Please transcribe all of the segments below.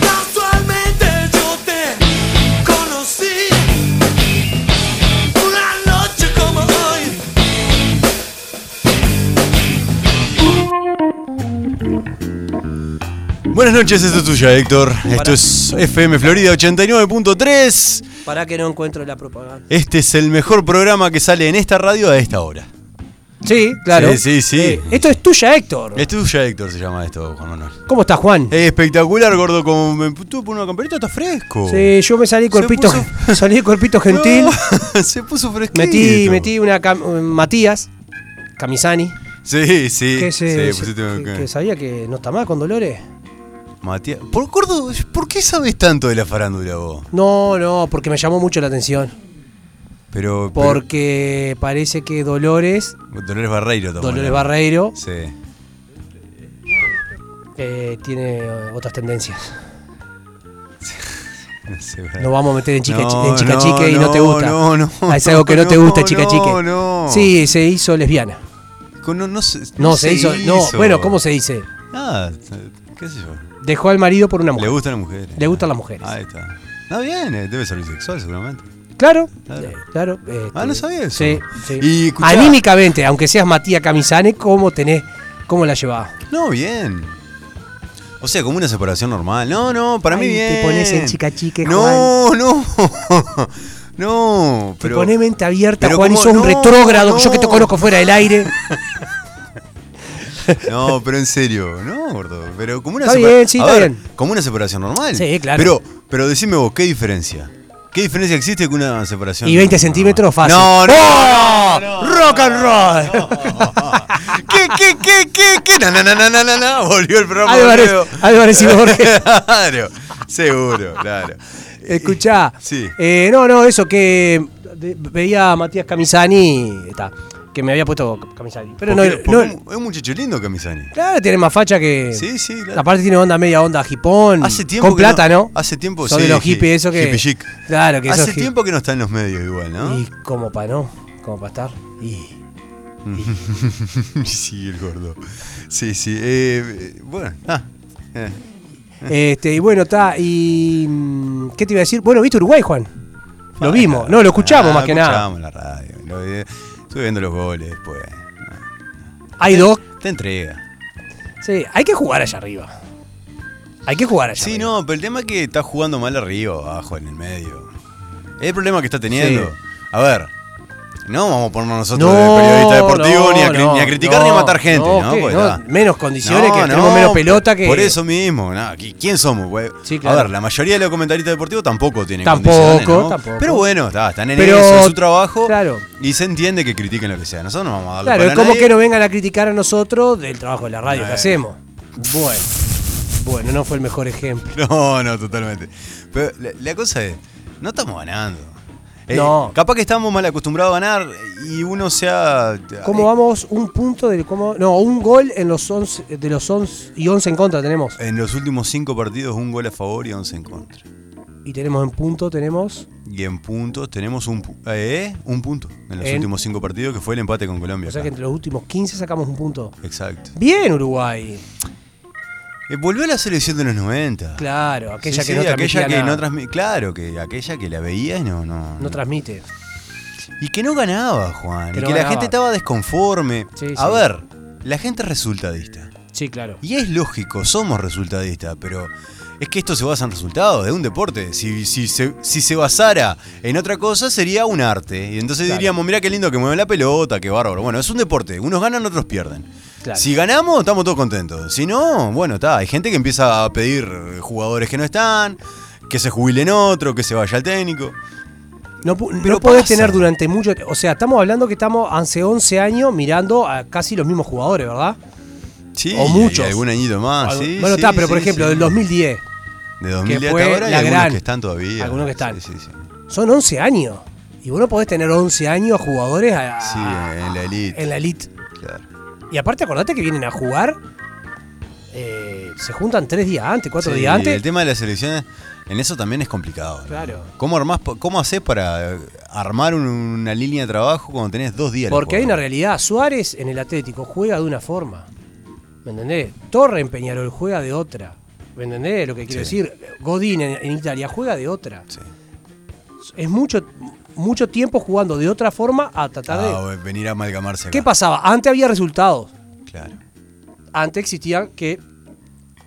Casualmente yo te conocí una noche como hoy. Buenas noches, esto es tuya, Héctor. Esto es FM Florida 89.3. Para que no encuentro la propaganda. Este es el mejor programa que sale en esta radio a esta hora. Sí, claro. Sí, sí, sí. Eh, esto es tuya, Héctor. Es tuya, Héctor, se llama esto, Juan Manuel. ¿Cómo estás, Juan? Es espectacular, gordo, como me puso por una camperita, está fresco. Sí, yo me salí cuerpito, puso- salí cuerpito gentil. No, se puso fresquito. metí, metí una cam- eh, Matías Camisani. Sí, sí. Que, se- sí, pusiste- que- que sabía que no está mal con Dolores. Matías. Por gordo, ¿por qué sabes tanto de la farándula vos? No, no, porque me llamó mucho la atención. Pero. Porque parece que Dolores, pero- Dolores Barreiro toma Dolores la- Barreiro, Sí. eh, tiene eh, otras tendencias. No sé, Nos vamos a meter en chica, No, en chica no, chique y no, te no, gusta. no, no, Ah, es algo que no, te no, gusta, chica no, chique. no. Sí, se hizo lesbiana. Con- No, no se, No, se, hizo, No, bueno, ¿cómo se dice? Ah, qué sé yo. Dejó al marido por una mujer. Le Ah, eh. gustan las mujeres. Le gustan las mujeres. Ahí está. No, bien, eh, debe ser bisexual seguramente. Claro, Claro. eh, claro. este, Ah, no sabía eso. Sí, sí. Y, escuchá. Anímicamente, aunque seas Matías Camisane, ¿cómo tenés, cómo la llevás? No, bien. O sea, como una separación normal. No, no, para Ay, mí bien. te pones en chica chique, No, no. no, Te pero. ponés mente abierta, pero Juan, y cómo- sos un no, retrógrado, yo que te no. conozco fuera del aire. No, pero en serio, no, gordo. Pero como una Está separa- bien, sí, a está ver, bien. Como una separación normal. Sí, claro. Pero, pero decime vos, ¿qué diferencia? ¿Qué diferencia existe con una separación? Y 20 normal? centímetros fácil. No, no. ¡Oh! no, no. ¡Rock and roll! ¿Qué, qué, qué, qué, qué? No, no, no, no, no, no, no. Volvió el programa. Álvarez, boludo. Álvarez y Borges. claro, seguro, claro. Escuchá. Sí. Eh, no, no, eso que de- veía a Matías Camisani, está, que me había puesto Camisani. Pero no, Porque- no- porque es un muchacho lindo, Camisani. claro, tiene más facha que... Sí, sí, claro. Aparte tiene onda media onda hipón. Hace tiempo Con que plata, no- ¿no? hace tiempo, Son sí, de los hi- hippies, eso que... hippie chic. Claro, que esos Hace hip- tiempo que no está en los medios igual, ¿no? Y como para no, como para estar. Y... sí, el gordo. Sí, sí. eh, eh, bueno, ah. eh. Este, y bueno, está. ¿Y mm, qué te iba a decir? Bueno, ¿viste Uruguay, Juan? Lo vimos. No, lo escuchamos Ah, más que nada. Escuchamos la radio. lo vi- estuve viendo los goles después. Hay dos. Te entrega. Sí, hay que jugar allá arriba. Hay que jugar allá Sí, arriba. no, pero el tema es que está jugando mal arriba, abajo, en el medio. Es el problema que está teniendo. Sí. A ver, no vamos a ponernos nosotros No, de periodista deportivo no, ni, a, cri- no, ni a criticar ni a no, matar gente, ¿no? no, ¿qué? Porque No, está- menos condiciones que tenemos menos pelota que- Por eso mismo, nada, ¿qui- ¿quién somos, güey? Sí, claro. A ver, la mayoría de los comentaristas deportivos tampoco tienen Tampoco, condiciones, ¿no? tampoco. Pero bueno, está, están en Pero- eso, en su trabajo. claro. Y se entiende que critiquen lo que sea. Nosotros no vamos a darle Claro, palo es a como nadie. que nos vengan a criticar a nosotros del trabajo de la radio que Eh. hacemos. Bueno, bueno, no fue el mejor ejemplo. No, no, totalmente. Pero la, la cosa es, no estamos ganando. Eh, No. Capaz que estamos mal acostumbrados a ganar y uno sea. ¿Cómo vamos? Un punto del. ¿cómo? No, un gol en los 11 de los 11 y 11 en contra tenemos. eh, En los últimos cinco partidos, un gol a favor y 11 en contra. Y tenemos en punto, tenemos. Y en puntos tenemos un, pu- eh, un punto en los En- últimos cinco partidos, que fue el empate con Colombia. O sea que acá. entre los últimos 15 sacamos un punto. Exacto. Bien, Uruguay. Eh, volvió a la selección de los 90. Claro, aquella Sí, sí, que no transmitía aquella que nada. no transmi- Claro, que aquella que la veías no, no, No transmite. Y que no ganaba, Juan. Que y no que la ganaba. gente estaba desconforme. Sí, a sí. ver, la gente es resultadista. Sí, claro. Y es lógico, somos resultadistas, pero es que esto se basa en resultados de un deporte. Si, si se, si se basara en otra cosa, sería un arte. Y entonces Claro. diríamos, mirá qué lindo que mueve la pelota, qué bárbaro. Bueno, es un deporte. Unos ganan, otros pierden. Claro. Si ganamos, estamos todos contentos. Si no, bueno, está. Hay gente que empieza a pedir eh, jugadores que no están, que se jubilen otro, que se vaya el técnico. No, pu- no Pero podés pasa. tener durante mucho O sea, estamos hablando que estamos hace 11 años mirando a casi los mismos jugadores, ¿verdad? Sí, O y- y muchos. algún añito más. Algo- Ah, sí, bueno, sí, está, pero por sí, ejemplo, sí. del 2010. De 2010 fue hasta ahora y la algunos gran. que están todavía. Algunos que están. Sí, sí, sí. Son 11 años. Y vos no podés tener 11 años a jugadores a- Sí, en la elite. en Ah, la elite. Claro. Y aparte acordate que vienen a jugar eh, se juntan tres días antes, cuatro Sí, días El antes. tema de las elecciones, en eso también es complicado. ¿no? Claro. ¿Cómo, armás, po- ¿Cómo haces para eh, armar un- una línea de trabajo cuando tenés dos días? Porque hay de una juego? realidad. Suárez en el Atlético juega de una forma. ¿Me entendés? Torre en Peñarol juega de otra. ¿Me entendés lo que quiero Sí. decir? Godín en, en Italia juega de otra. Sí. Es mucho, mucho tiempo jugando de otra forma a tratar de. Ah, venir a amalgamarse acá. ¿Qué pasaba? Antes había resultados. Claro. Antes existía que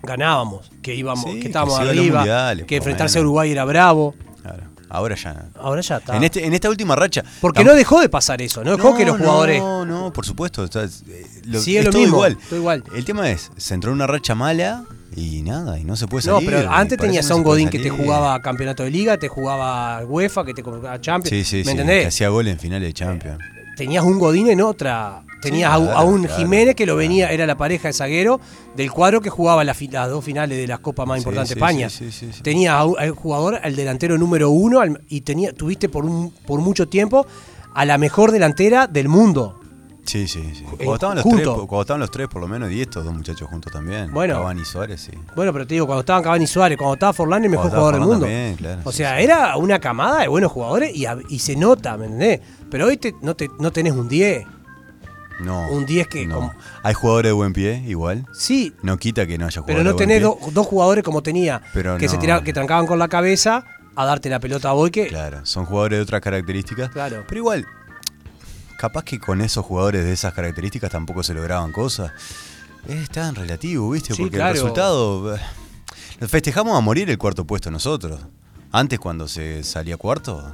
ganábamos, que íbamos, Sí, que estábamos que se iba a los arriba, mundiales, pues, que por enfrentarse menos. a Uruguay era bravo. Claro. Ahora ya. Ahora ya está. En, este, en esta última racha. Porque no dejó de pasar eso, no dejó que los jugadores. No, no, por supuesto. o sea, es- eh, lo, Sigue es lo todo mismo, Igual. todo igual. El tema es, se entró en una racha mala y nada, y no se puede No, salir. pero y parece antes tenías no a se un puede Godín que te salir. jugaba campeonato de liga, te jugaba UEFA, que te jugaba Champions. Sí, sí, ¿Me sí, Que entendés? hacía goles en finales de Champions. Tenías un Godín en otra. Tenías a- a, claro, un claro, Jiménez que lo venía, claro. era la pareja de zaguero del cuadro que jugaba las, fi- las dos finales de las copas más Sí, importantes de sí, España. sí, sí, sí, sí. Tenías a un- al jugador, al delantero número uno, al- y tenía, tuviste por, un, por mucho tiempo a la mejor delantera del mundo. Sí, sí, sí. en- Cuando estaban, los junto. tres, po- cuando estaban los tres, por lo menos, y estos dos muchachos juntos también. Bueno. Cavani y Suárez, sí. Bueno, pero te digo, cuando estaban Cavani y Suárez, cuando estaba Forlán, el mejor Cuando jugador estaba del mundo. Forlán también, claro, o sí, sea, sí. era una camada de buenos jugadores y, a- y se nota, ¿me entendés? Pero hoy te- no, te- no tenés un 10. No. Un 10 que no. como- Hay jugadores de buen pie, igual. Sí, No quita que no haya pero jugadores no de buen tenés pie. do- dos jugadores como tenía, Pero que se no. tiraban, que trancaban con la cabeza a darte la pelota a Boy que... Claro, son jugadores de otras características. Claro. Pero igual, capaz que con esos jugadores de esas características tampoco se lograban cosas. Es tan relativo, ¿viste? Sí, Porque claro. el resultado. eh, nos Festejamos a morir el cuarto puesto nosotros. Antes, cuando se salía cuarto,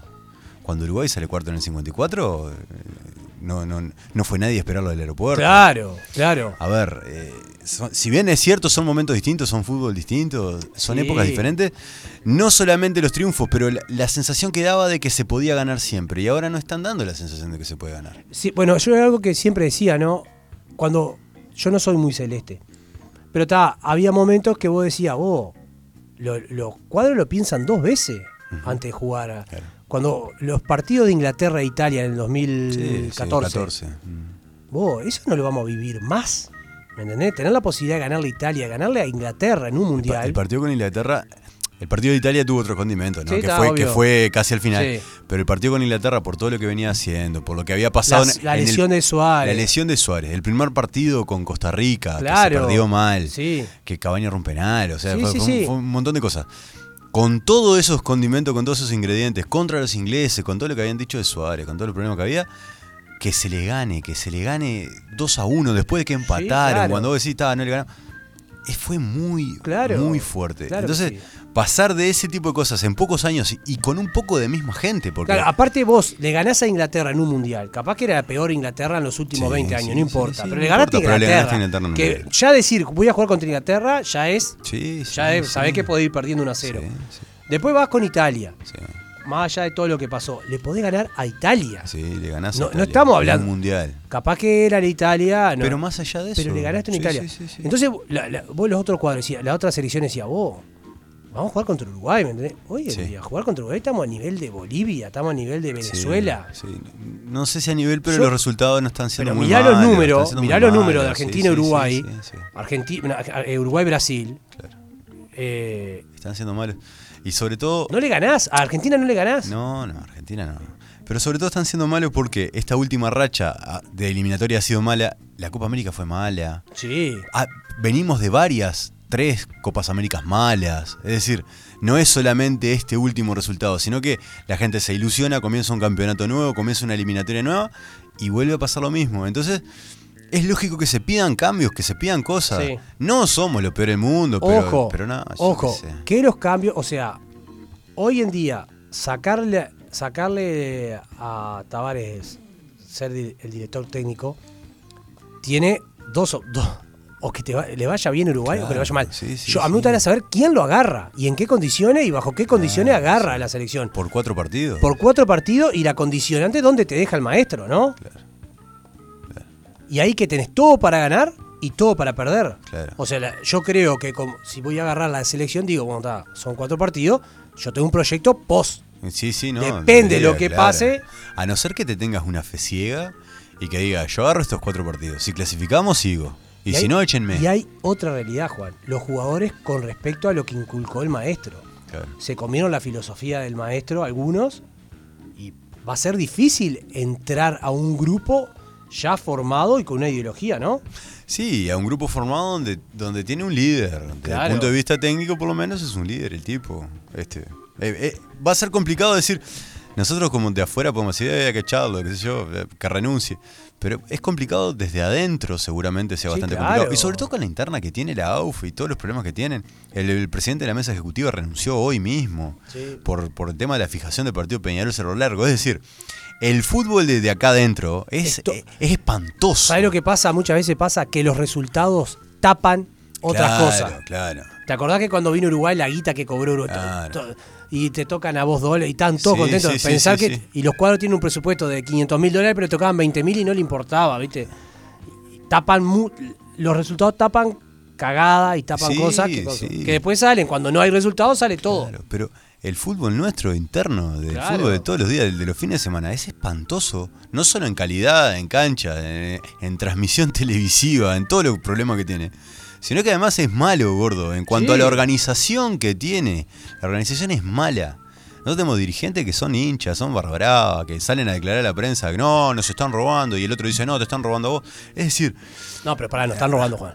cuando Uruguay sale cuarto en el 54, eh, no, no, no fue nadie a esperarlo del aeropuerto. Claro, claro. A ver, eh, son- si bien es cierto, son momentos distintos, son fútbol distinto, son Sí. épocas diferentes, no solamente los triunfos, pero la, la sensación que daba de que se podía ganar siempre. Y ahora no están dando la sensación de que se puede ganar. Sí, bueno, yo era algo que siempre decía, ¿no? Cuando yo no soy muy celeste, pero ta, había momentos que vos decías, vos, lo- los cuadros lo piensan dos veces antes de jugar. a- Claro. Cuando los partidos de Inglaterra e Italia en el Sí, 2014, sí, 14. Mm. vos, eso no lo vamos a vivir más. ¿Me entendés? Tener la posibilidad de ganarle a Italia, ganarle a Inglaterra en un Pa- mundial. El partido con Inglaterra, el partido de Italia tuvo otro condimento, ¿no? Sí, que, está, fue, obvio. que fue casi al final. Sí. Pero el partido con Inglaterra, por todo lo que venía haciendo, por lo que había pasado. Las- en- la en el- lesión de Suárez. La lesión de Suárez, el primer partido con Costa Rica, que Claro. se perdió mal, Sí. que Cabaña era un penal, o sea, Sí, fue, sí, fue un- sí. fue un montón de cosas. Con todos esos condimentos, con todos esos ingredientes, contra los ingleses, con todo lo que habían dicho de Suárez, con todo el problema que había, que se le gane, que se le gane 2 a 1 después de que empataron, claro. cuando vos decís, "Ta, no le ganamos. Eh, Fue muy, Claro. muy fuerte. Claro que Entonces, pasar de ese tipo de cosas en pocos años y- y con un poco de misma gente, porque Claro, aparte vos le ganás a Inglaterra en un mundial. Capaz que era la peor Inglaterra en los últimos Sí, 20 años, sí, no importa. sí, sí, pero no le ganaste a importa, pero le Inglaterra. ganaste a Inglaterra en un que mundial. ya decir, voy a jugar contra Inglaterra, ya es. Sí, sí, ya es, sí. sabés que podés ir perdiendo 1 a 0. Sí, Después vas con Italia. sí, Más allá de todo lo que pasó, le podés ganar a Italia. sí. Sí, le ganás a No- no Italia estamos en un hablando- mundial. Capaz que era la Italia. no, Pero más allá de eso. pero le ganaste en Sí, Italia. sí, sí, sí. Entonces, la- la- vos los otros cuadros, decía- la otra selección decía, vos, vamos a jugar contra Uruguay, ¿me entendés? Oye, Sí. a jugar contra Uruguay estamos a nivel de Bolivia, estamos a nivel de Venezuela. Sí, sí. No sé si a nivel, pero Yo- los resultados no están siendo Pero muy mirá los malos, están números, siendo muy mirá los malos. números de Sí, Argentina y sí, sí, Uruguay, sí, sí. Argentina, eh, Uruguay-Brasil. eh, Están siendo malos. Y sobre todo. no le ganás, a Argentina no le ganás. No, no, Argentina no. Pero sobre todo están siendo malos porque esta última racha ah, de eliminatoria ha sido mala. La Copa América fue mala. Sí, Ah, venimos de varias, tres Copas Américas malas. Es decir, no es solamente este último resultado, sino que la gente se ilusiona, comienza un campeonato nuevo, comienza una eliminatoria nueva y vuelve a pasar lo mismo. Entonces, es lógico que se pidan cambios, que se pidan cosas. Sí. No somos lo peor del mundo, pero, ojo, pero no, yo ojo, qué sé. que los cambios, o sea, hoy en día sacarle, sacarle a Tavares ser di- el director técnico tiene dos, op- dos- o que te va- le vaya bien Uruguay o que Claro, le vaya mal. sí, sí, Yo, a mí me sí. gustaría saber quién lo agarra y en qué condiciones y bajo qué condiciones agarra a la selección. Por cuatro partidos. por cuatro partidos y la condicionante donde te deja el maestro, ¿no? Y ahí que tenés todo para ganar y todo para perder. Claro. O sea, la- yo creo que como- si voy a agarrar la selección, digo, bueno, ta, son cuatro partidos, yo tengo un proyecto post. Sí, sí, no. Depende olvida, lo que pase. A no ser que te tengas una fe ciega y que diga, yo agarro estos cuatro partidos. Si clasificamos, sigo. Y, si no, échenme. Y hay otra realidad, Juan. Los jugadores con respecto a lo que inculcó el maestro. Claro. Se comieron la filosofía del maestro algunos y va a ser difícil entrar a un grupo ya formado y con una ideología, ¿no? Sí, a un grupo formado donde, donde tiene un líder. Desde el Claro. punto de vista técnico, por lo menos, es un líder el tipo. Este, eh, eh, va a ser complicado decir, nosotros como de afuera podemos decir, "Eh, hay que echarlo, qué sé yo, eh, que renuncie. Pero es complicado desde adentro, seguramente sea Sí, bastante claro. complicado. Y sobre todo con la interna que tiene la AUF y todos los problemas que tienen. El, el presidente de la mesa ejecutiva renunció hoy mismo Sí. por, por el tema de la fijación del partido Peñarol Cerro Largo. Es decir, el fútbol de, de acá adentro es, Esto- eh, es espantoso. ¿Sabes lo que pasa? Muchas veces pasa que los resultados tapan otras Claro, cosas. Claro. ¿Te acordás que cuando vino Uruguay la guita que cobró Uruguay? Claro. to- y te tocan a vos dólares y están todos Sí, contentos. sí, sí, Pensar sí, que. sí. Y los cuadros tienen un presupuesto de 500 mil dólares, pero le tocaban 20 mil y no le importaba, ¿viste? Y Tapan mu- los resultados tapan cagada y tapan Sí, cosas que, cosas sí. que después salen. Cuando no hay resultados sale todo. Claro, pero el fútbol nuestro interno, del Claro. fútbol de todos los días, del de los fines de semana, es espantoso. No solo en calidad, en cancha, en, en transmisión televisiva, en todos los problemas que tiene. Sino que además es malo, gordo, en cuanto a Sí. la organización que tiene. La organización es mala. Nosotros tenemos dirigentes que son hinchas, son barbarabas, que salen a declarar a la prensa que no, nos están robando, y el otro dice, no, te están robando a vos. Es decir, No, pero pará, nos están robando, Juan.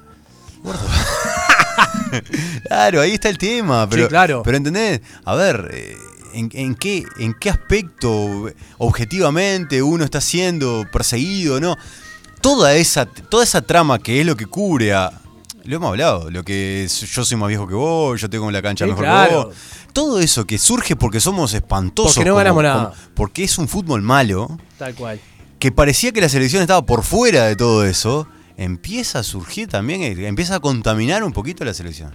Claro, ahí está el tema. Pero, claro. Pero entendés, a ver, eh, ¿en, en qué, ¿en qué aspecto eh, objetivamente uno está siendo perseguido? ¿No? Toda esa, toda esa trama que es lo que cubre a. Lo hemos hablado, lo que es, yo soy más viejo que vos, yo tengo la cancha Sí, mejor claro. que vos. Todo eso que surge porque somos espantosos. Porque no ganamos nada. porque es un fútbol malo Tal cual. que parecía que la selección estaba por fuera de todo eso, empieza a surgir también, eh, empieza a contaminar un poquito la selección.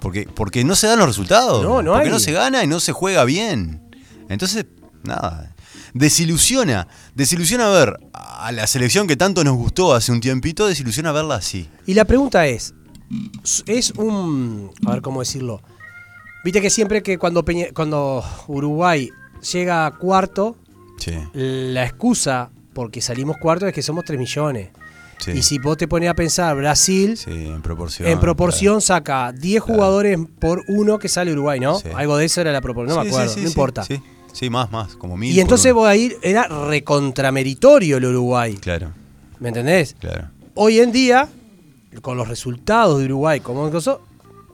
Porque, porque no se dan los resultados. No, no porque hay. no se gana y no se juega bien. Entonces, nada. Desilusiona. Desilusiona ver a la selección que tanto nos gustó hace un tiempito, desilusiona verla así. Y la pregunta es, es un, a ver cómo decirlo, viste que siempre que cuando, Peña- cuando Uruguay llega a cuarto, Sí. la excusa porque salimos cuarto es que somos 3 millones. Sí. Y si vos te pones a pensar, Brasil Sí, en proporción. en proporción saca 10 jugadores por uno que sale Uruguay, ¿no? Sí. Algo de eso era la proporción, no Sí, me sí, acuerdo, sí, no sí, importa. Sí, Sí, más, más, como mil. Y por entonces uno. vos ahí era recontrameritorio el Uruguay, Claro, ¿me entendés? claro. hoy en día, con los resultados de Uruguay como incluso,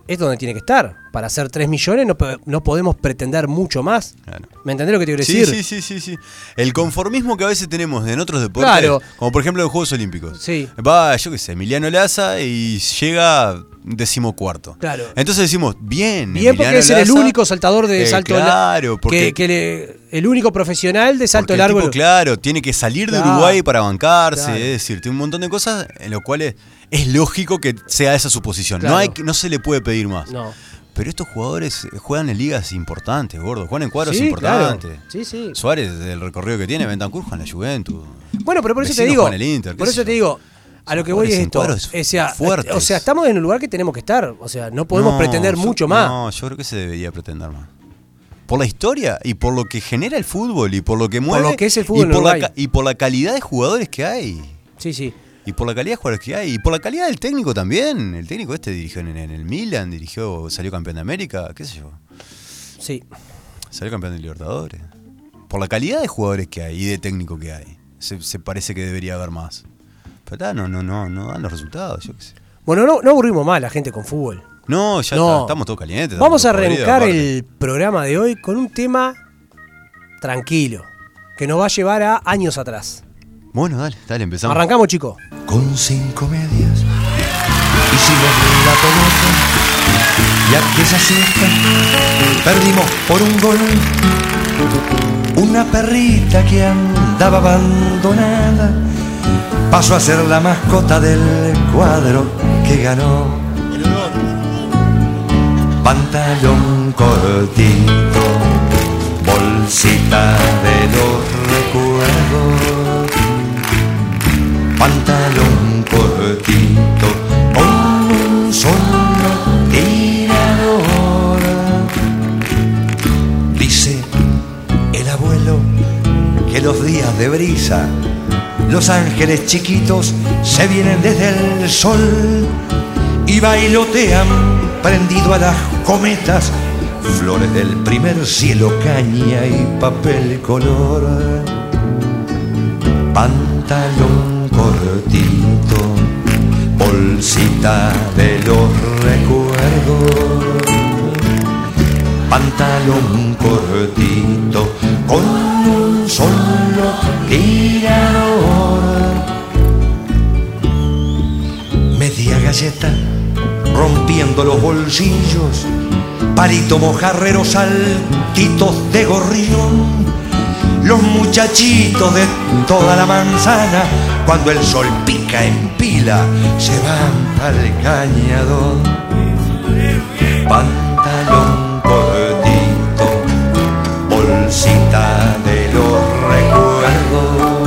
es donde tiene que estar. Para hacer 3 millones no, po- no podemos pretender mucho más. Claro. ¿Me entendés lo que te quiero Sí, decir? sí, sí, sí, sí. El conformismo que a veces tenemos en otros deportes, Claro. como por ejemplo los Juegos Olímpicos. Sí. Va, yo qué sé, Emiliano Laza y llega decimocuarto. Claro. Entonces decimos, bien, Bien, porque Emiliano es el Laza, único saltador de eh, salto Claro, la- porque, que, que le- el único profesional de salto porque el largo. tipo, claro, tiene que salir de Claro. Uruguay para bancarse, Claro. es decir, tiene un montón de cosas en lo cual es, es lógico que sea esa su posición. Claro. No, hay, que- no se le puede pedir más. No. Pero estos jugadores juegan en ligas importantes, gordo, juegan en cuadros Sí, claro. importantes. Sí, sí. Suárez, el recorrido que tiene, Bentancur juega en la Juventus. Bueno, pero por eso te Vecino digo. juega en el Inter, qué por sé eso yo. te digo. A lo que voy jugadores es en esto. cuadros o, sea, fuertes. o sea, estamos en un lugar que tenemos que estar. O sea, no podemos No, pretender yo- mucho más. No, yo creo que se debería pretender más. Por la historia y por lo que genera el fútbol y por lo que mueve. lo que es el fútbol y en por, la, Uruguay. ca- y por la calidad de jugadores que hay. Sí, sí. Y por la calidad de jugadores que hay. Y por la calidad del técnico también. El técnico este dirigió en, en el Milan, dirigió, salió campeón de América, qué sé yo. Sí. Salió campeón de Libertadores. Por la calidad de jugadores que hay y de técnico que hay. Se, se parece que debería haber más. Pero tá, no, no, no, no dan los resultados, yo qué sé. Bueno, no, no aburrimos más a la gente con fútbol. No, ya No. está, estamos todos calientes. Vamos a estamos todos arrancar podridos, el programa de hoy con un tema tranquilo, que nos va a llevar a años atrás. aparte. Bueno, dale, dale, empezamos. Arrancamos, chicos. con cinco medias. Hicimos la pelota y aquella siesta perdimos por un gol. Una perrita que andaba abandonada pasó a ser la mascota del cuadro que ganó. Pantalón cortito, bolsita de los recuerdos pantalón cortito con un solo tirador. Dice el abuelo que los días de brisa Los ángeles chiquitos se vienen desde el sol y bailotean prendido a las cometas, flores del primer cielo, caña y papel color. Pantalón cortito, bolsita de los recuerdos. Pantalón cortito con un solo tirador media galleta, rompiendo los bolsillos, palito mojarrero, saltitos de gorrión, los muchachitos de toda la manzana, cuando el sol pica en pila, se van al cañador. Pantalón cortito, bolsita de los recuerdos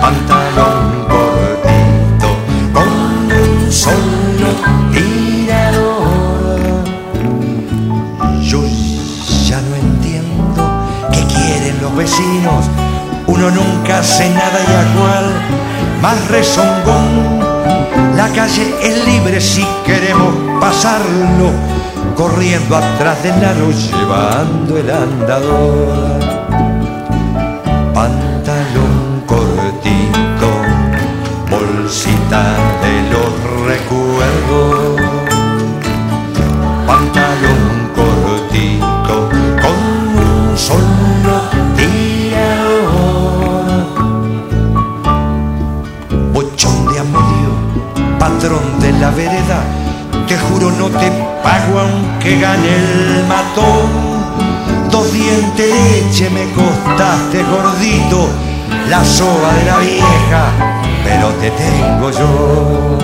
pantalón cortito con un solo tirador. Yo ya no entiendo qué quieren los vecinos. Uno nunca hace nada y a cual más rezongón. La calle es libre si queremos pasarlo. Corriendo atrás del aro, llevando el andador pantalón cortito, bolsita de los recuerdos, pantalón cortito con un solo tirador, bochón de a medio, patrón de la vereda, te juro no te pago aunque gane el matón. Dos dientes de leche me costaste gordito, la soba de la vieja, pero te tengo yo.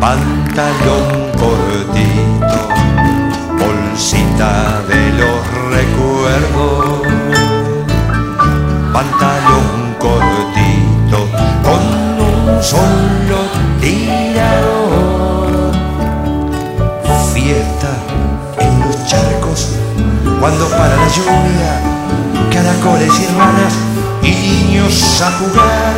Pantalón cortito, bolsita de los recuerdos. Pantalón cortito, con un solo tirador fiesta en los charcos, cuando para la lluvia, caracoles y hermanas y niños a jugar.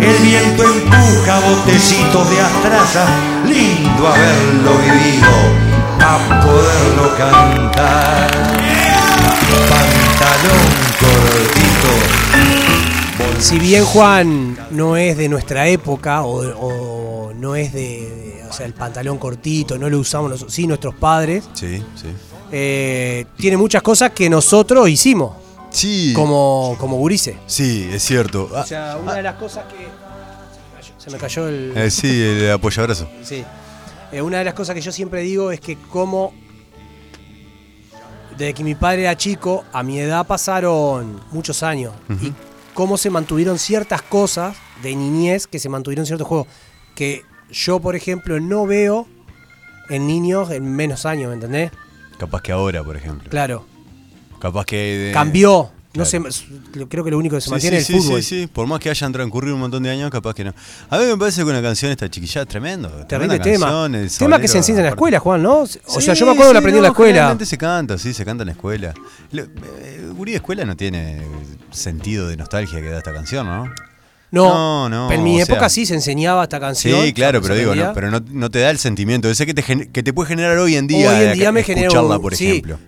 El viento empuja botecitos de astraza, lindo haberlo vivido, a poderlo cantar. Pantalón cortito. bolsillo Si bien Juan no es de nuestra época o, o no es de, o sea, el pantalón cortito, no lo usamos nosotros, sí nuestros padres, Sí, sí. eh, tiene muchas cosas que nosotros hicimos Sí, como, como gurises. sí, es cierto. Ah, O sea, una de las cosas que. Se me cayó el. eh, sí, el apoyabrazo. Sí. Eh, una de las cosas que yo siempre digo es que como desde que mi padre era chico, a mi edad pasaron muchos años. Y cómo se mantuvieron ciertas cosas de niñez que se mantuvieron ciertos juegos. Que yo, por ejemplo, no veo en niños en menos años, ¿me entendés? Capaz que ahora, por ejemplo. Claro. Capaz que. eh, Cambió. No claro. se, creo que lo único que se Sí, mantiene sí, es el sí, fútbol. sí, sí. Por más que hayan transcurrido un montón de años, capaz que no. A mí me parece que una canción esta chiquilla es tremendo. Terrible tremenda tema. canción, el tema que sabanero, se enseña en la aparte. escuela, Juan, ¿no? O sea, Sí, yo me acuerdo que sí, lo aprendí en no, la escuela. generalmente se canta, sí, se canta en la escuela. Lo- eh, el gurí de escuela no tiene sentido de nostalgia que da esta canción, ¿no? No, No, no, no, En mi o época sea- sí se enseñaba esta canción. Sí, claro, pero se digo, no, pero aprendía. no, no te da el sentimiento ese que te, gen- que te puede generar hoy en día. Hoy en eh, día me genera escucharla, un- por sí. ejemplo.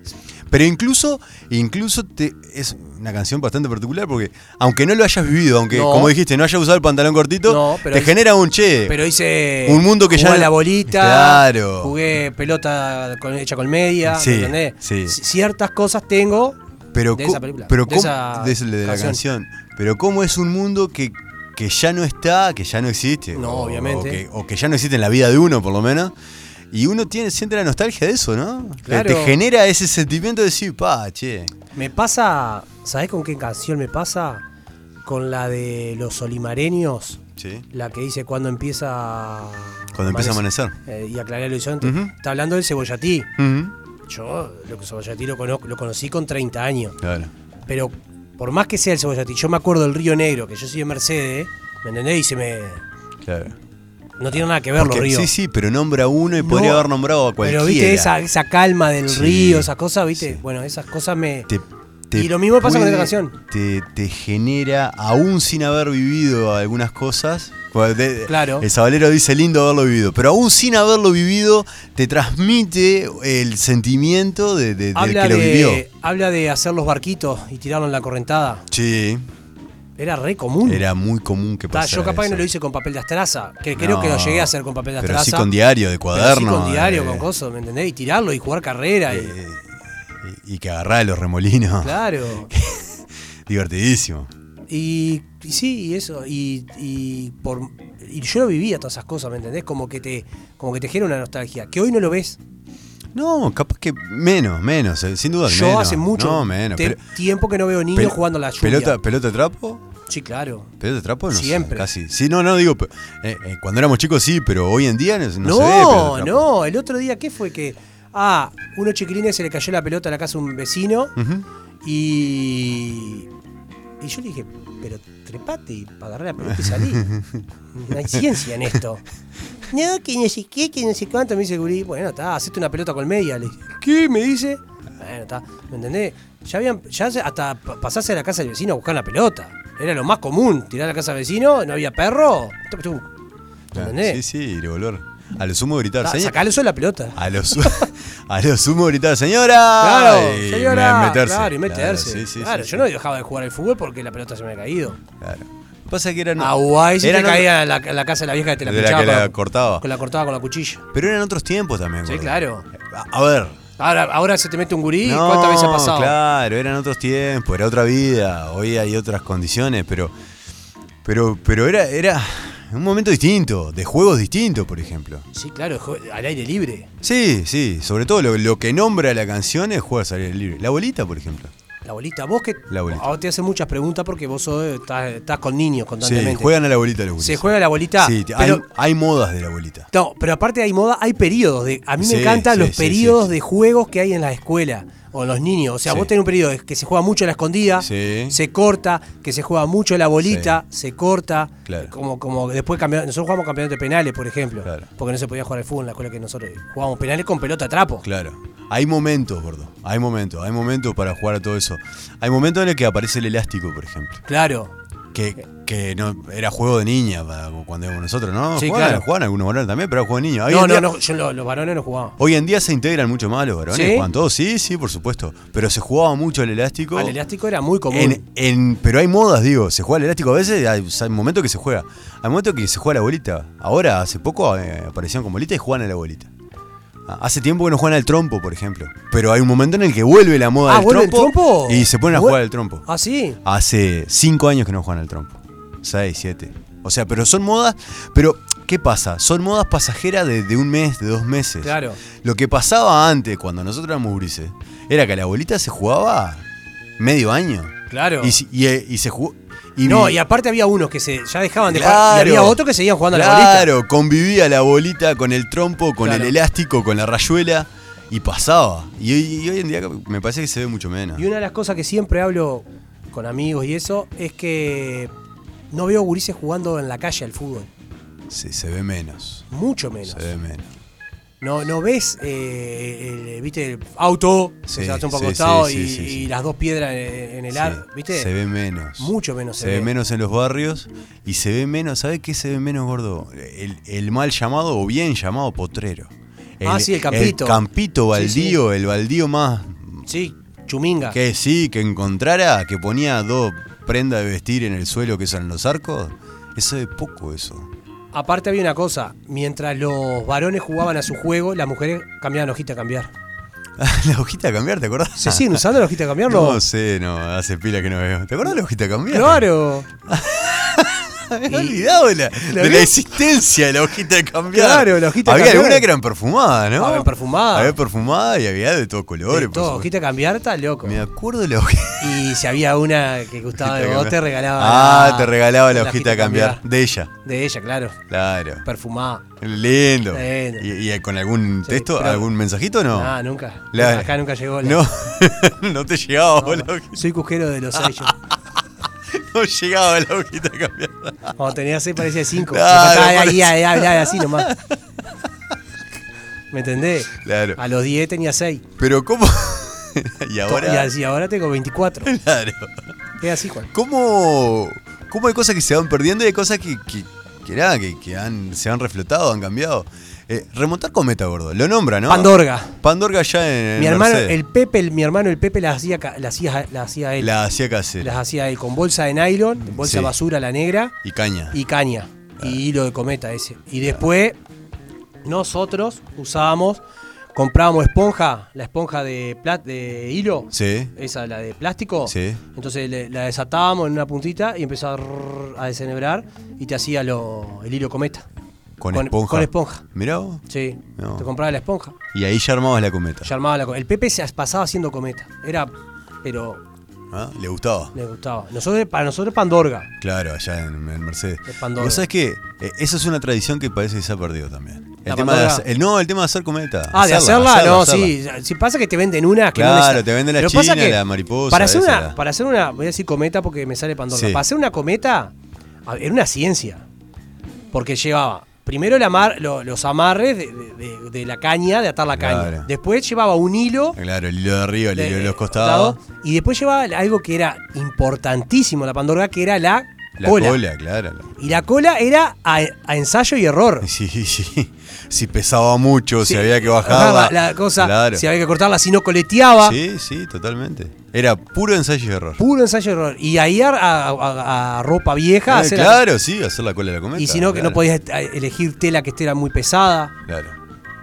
Pero incluso, incluso te, es una canción bastante particular porque, aunque no lo hayas vivido, aunque, No. como dijiste, no hayas usado el pantalón cortito, No, pero te es- genera un che. Pero hice. Un mundo que ya jugué a no- la bolita. Claro. Jugué pelota con, hecha con media. Sí, ¿me entendés? sí. C- Ciertas cosas tengo. Pero de co- esa película, Pero de cómo- esa de ese- de la canción. canción. Pero cómo es un mundo que, que ya no está, que ya no existe. o- No, O obviamente. que, o que ya no existe en la vida de uno, por lo menos. Y uno tiene, siente la nostalgia de eso, ¿no? Que Claro. Te genera ese sentimiento de decir, pa, che. Me pasa. ¿Sabés con qué canción me pasa? Con la de los olimareños. Sí. La que dice cuando empieza. Cuando empieza a amanecer. Eh, y aclarar el horizonte. Ujú. Está hablando del cebollatí. Yo, lo que cebollatí lo, cono- lo conocí con 30 años. Claro. Pero por más que sea el cebollatí, yo me acuerdo del Río Negro, que yo soy de Mercedes, ¿me entendés? Y se me. Claro. No tiene nada que ver los Porque- ríos. sí, sí, pero nombra uno y podría No, haber nombrado a cualquiera. Pero viste esa, esa calma del Sí, río, esas cosas, viste. sí. Bueno, esas cosas me. Te, Y lo mismo pasa con esta canción. Te, te genera, aún sin haber vivido algunas cosas. pues, de- Claro. El sabalero dice lindo haberlo vivido, pero aún sin haberlo vivido, te transmite el sentimiento de, de- del Habla que lo vivió. de, habla de hacer los barquitos y tirarlo en la correntada. Sí, Era re común. era muy común que Ta, pasara. yo capaz que no eso. lo hice con papel de astraza, que creo que lo No, llegué a hacer con papel de Pero astraza. sí con diario, de pero cuaderno. eh, sí con diario, de- con cosas, ¿me entendés? Y tirarlo y jugar carrera. y- eh, y, y que agarrá los remolinos. claro. Divertidísimo. Y, y sí, y eso. Y, y por, y yo lo vivía todas esas cosas, ¿me entendés? Como que te, como que te genera una nostalgia. Que hoy no lo ves. No, capaz que menos, menos, eh, sin duda. Yo menos. hace mucho No, menos. te- pero- tiempo que no veo niños Pel- jugando a la lluvia. Pelota, pelota de trapo, Sí, claro. pelota de trapo, no sé, Siempre. casi. Sí, no, no digo, pe- eh, eh, cuando éramos chicos sí, pero hoy en día no, no No, se ve pelota no, de trapo. el otro día, ¿qué fue que? Ah, unos chiquilines se le cayó la pelota a la casa de un vecino Ujú. y. Y yo le dije, pero trepate y agarré la pelota y salí. No hay ciencia en esto. No, que no sé qué, que no sé cuánto. Me dice el gurí, bueno, está, hacete una pelota con media. Le dije, ¿qué? Me dice. Bueno, está, ¿me entendés? Ya habían, ya se- hasta pa- pasarse a la casa del vecino a buscar la pelota. Era lo más común, tirar a la casa del vecino, no había perro. tuc, tuc. Ah, ¿Me entendés? Sí, sí, y devolver. A lo sumo gritar, Ta, señor. Sacale eso de la pelota. A lo, su- a lo sumo gritar, señora. Claro, y señora. me- meterse. Claro, y Claro, meterse. Claro, sí, sí, sí, yo sí. no dejaba de jugar al fútbol porque la pelota se me había caído. Claro. Pasa que eran. A Guay se eran te caía en la, en la casa de la vieja que te la De la pinchaba. que la con cortaba. Con la cortaba con la cuchilla. Pero eran otros tiempos también, Sí, gordo. claro. A, a ver. Ahora, ahora se te mete un gurí, no, ¿cuántas veces ha pasado? Claro, eran otros tiempos, era otra vida, hoy hay otras condiciones, pero. Pero, pero era, era un momento distinto, de juegos distintos, por ejemplo. Sí, claro, jue- al aire libre. Sí, sí, sobre todo lo, lo que nombra la canción es juegos al aire libre. La abuelita, por ejemplo. La abuelita, vos que La abuelita. a vos te hacen muchas preguntas porque vos sos- estás, estás con niños constantemente. Sí, juegan a la abuelita los Se gurises. juega la abuelita. Sí, hay, pero, hay modas de la abuelita. No, pero aparte hay moda, hay periodos. De, a mí Sí, me encantan sí, los sí, periodos sí, sí. de juegos que hay en la escuela o en los niños. O sea, Sí. vos tenés un periodo de- que se juega mucho la escondida, Sí. se corta, que se juega mucho la bolita, se corta. Claro. Como, como después campeonato- nosotros jugamos campeonato de penales, por ejemplo. Claro. Porque no se podía jugar al fútbol en la escuela que nosotros jugábamos penales con pelota a trapo. Claro. Hay momentos, gordo. Hay momentos, hay momentos para jugar a todo eso. Hay momentos en los que aparece el elástico, por ejemplo. Claro. Que, que no era juego de niña para cuando éramos nosotros, ¿no? Sí, Jugaban- claro. jugaban algunos varones también, pero era juego de niños. Hoy, No, en no, día, no, yo lo- los varones no jugábamos. hoy en día se integran mucho más los varones, ¿Sí? ¿Sí? todos, sí, sí, por supuesto. Pero se jugaba mucho el elástico. Al elástico era muy común. En- en- pero hay modas, digo, se juega el elástico a veces, hay, hay momentos que se juega. Hay momentos que se juega la bolita. Ahora, hace poco eh, aparecieron con bolita y juegan a la bolita. Ah, Hace tiempo que no juegan al trompo, por ejemplo. Pero hay un momento en el que vuelve la moda ah, del ¿vuelve el trompo, trompo? y se ponen a Vuel- jugar al trompo. Ah, sí. Hace cinco años que no juegan al trompo. Seis, siete. O sea, pero son modas. Pero, ¿qué pasa? Son modas pasajeras de, de un mes, de dos meses. Claro. Lo que pasaba antes, cuando nosotros éramos grises, era que la bolita se jugaba medio año. Claro. Y, si- y, eh, y se jugó. y no, mi- y aparte había unos que se ya dejaban de Claro. jugar y había otros que seguían jugando a la bolita. Claro, convivía la bolita con el trompo, con Claro. el elástico, con la rayuela y pasaba. Y, hoy- y hoy en día me parece que se ve mucho menos. Y una de las cosas que siempre hablo con amigos y eso es que no veo gurises jugando en la calle al fútbol. Se, se ve menos. Mucho menos. Se ve menos. No, no ves, eh, el, viste, el auto, que Sí, se hace un poco sí, costado sí, sí, y, sí, sí. y las dos piedras en, en el ar, Sí, viste. Se ve menos. Mucho menos Se ve menos en los barrios y se ve menos, ¿sabes qué se ve menos, gordo? El, el mal llamado o bien llamado potrero. Ah, sí, el campito. El campito Sí, sí. baldío, el baldío más, Sí, chuminga. Que sí, que encontrara, que ponía dos prendas de vestir en el suelo que son los arcos. Eso es poco, eso. Aparte había una cosa, mientras los varones jugaban a su juego, las mujeres cambiaban hojita a cambiar. la hojita a cambiar, ¿te acordás? ¿Se siguen usando la hojita a cambiar? no, No. sé, no, hace pila que no veo. ¿Te acordás de la hojita a cambiar? Claro. Me había olvidado de la, de la vi? existencia de la hojita a cambiar. Claro, la hojita a había cambiar. algunas que eran perfumadas, ¿no? Habían perfumada. Había perfumada y había de todos Sí, colores. por todo, supuesto. hojita a cambiar, está loco. Me acuerdo de la hojita. Y si había una que gustaba de vos, te regalaba. Ah, la- te regalaba la, hojita a cambiar. De ella, De ella, claro. claro. Perfumada. Lindo. Lindo. ¿Y, y con algún Sí, texto, pero- algún mensajito no? Ah, nunca. La- Acá nunca llegó. la- No, no te llegaba No, la no. hojita. Soy cujero de los sellos. No llegaba la hojita cambiada. Cuando tenía seis parecía cinco. Claro, Se pasaba de parece- ahí a de hablar así nomás. ¿Me entendés? Claro. A los 10 tenía seis. Pero ¿cómo? y Y ahora. así, ahora tengo 24. Claro. Es así, Juan. ¿Cómo, ¿Cómo hay cosas que se van perdiendo y hay cosas que, que, que nada, que, que han, se han reflotado, han cambiado? Eh, remontar cometa, gordo. Lo nombra, ¿no? Eh, Pandorga. Pandorga ya en. en mi hermano, Mercedes. el Pepe, el- mi hermano, el Pepe las hacía, ca- las hacía, las hacía él. La hacía casera. Las hacía él con bolsa de nylon, bolsa Sí. Ah. basura la negra Y caña. y caña. Y hilo de cometa ese. Y después nosotros usábamos, comprábamos esponja, la esponja de, plat, de hilo. Sí. Esa, la de plástico. Sí. Entonces le- la desatábamos en una puntita y empezaba a rrrr, a desenhebrar y te hacía lo, el hilo cometa. Con, con- esponja. con esponja. Mirá vos. Sí, No. te compraba la esponja. Y ahí ya armabas la cometa. Yo armaba la cometa. El Pepe se pasaba haciendo cometa. Era, pero ¿Ah? Le gustaba. le gustaba. Nosotros, para nosotros Pandorga. Claro, allá en, en Mercedes. Es Pandora. ¿Vos sabés que Esa es una tradición que parece que se ha perdido también. El ¿La tema de Pandora? hacer- el- no, el tema de hacer cometa. Ah, de hacerla, no, sí. Si pasa que te venden una, que no les- Claro, te venden la Lo que pasa china, que la mariposa, Para hacer, esa, una, la- para hacer una, voy a decir cometa porque me sale Pandorga. Sí. Para hacer una cometa, a- era una ciencia. Porque llevaba primero el amar, lo- los amarres de, de- de- de la caña, de atar la caña. Claro. Después llevaba un hilo. Claro, el hilo de arriba, el de- hilo de los eh, costados. Y después llevaba algo que era importantísimo en la Pandorga, que era la, La cola, claro. la- Y la cola era a, a ensayo y error. Sí, sí. Si pesaba mucho, si Sí, había que bajarla. La cosa, Claro. si había que cortarla, si no coleteaba. Sí, sí, totalmente. Era puro ensayo y error. Puro ensayo y error. Y ahí a, a- a- a ropa vieja. Eh, hacer la- claro, sí, hacer la cola de la cometa. y si no, que claro. no podías eh, elegir tela que estuviera muy pesada. Claro.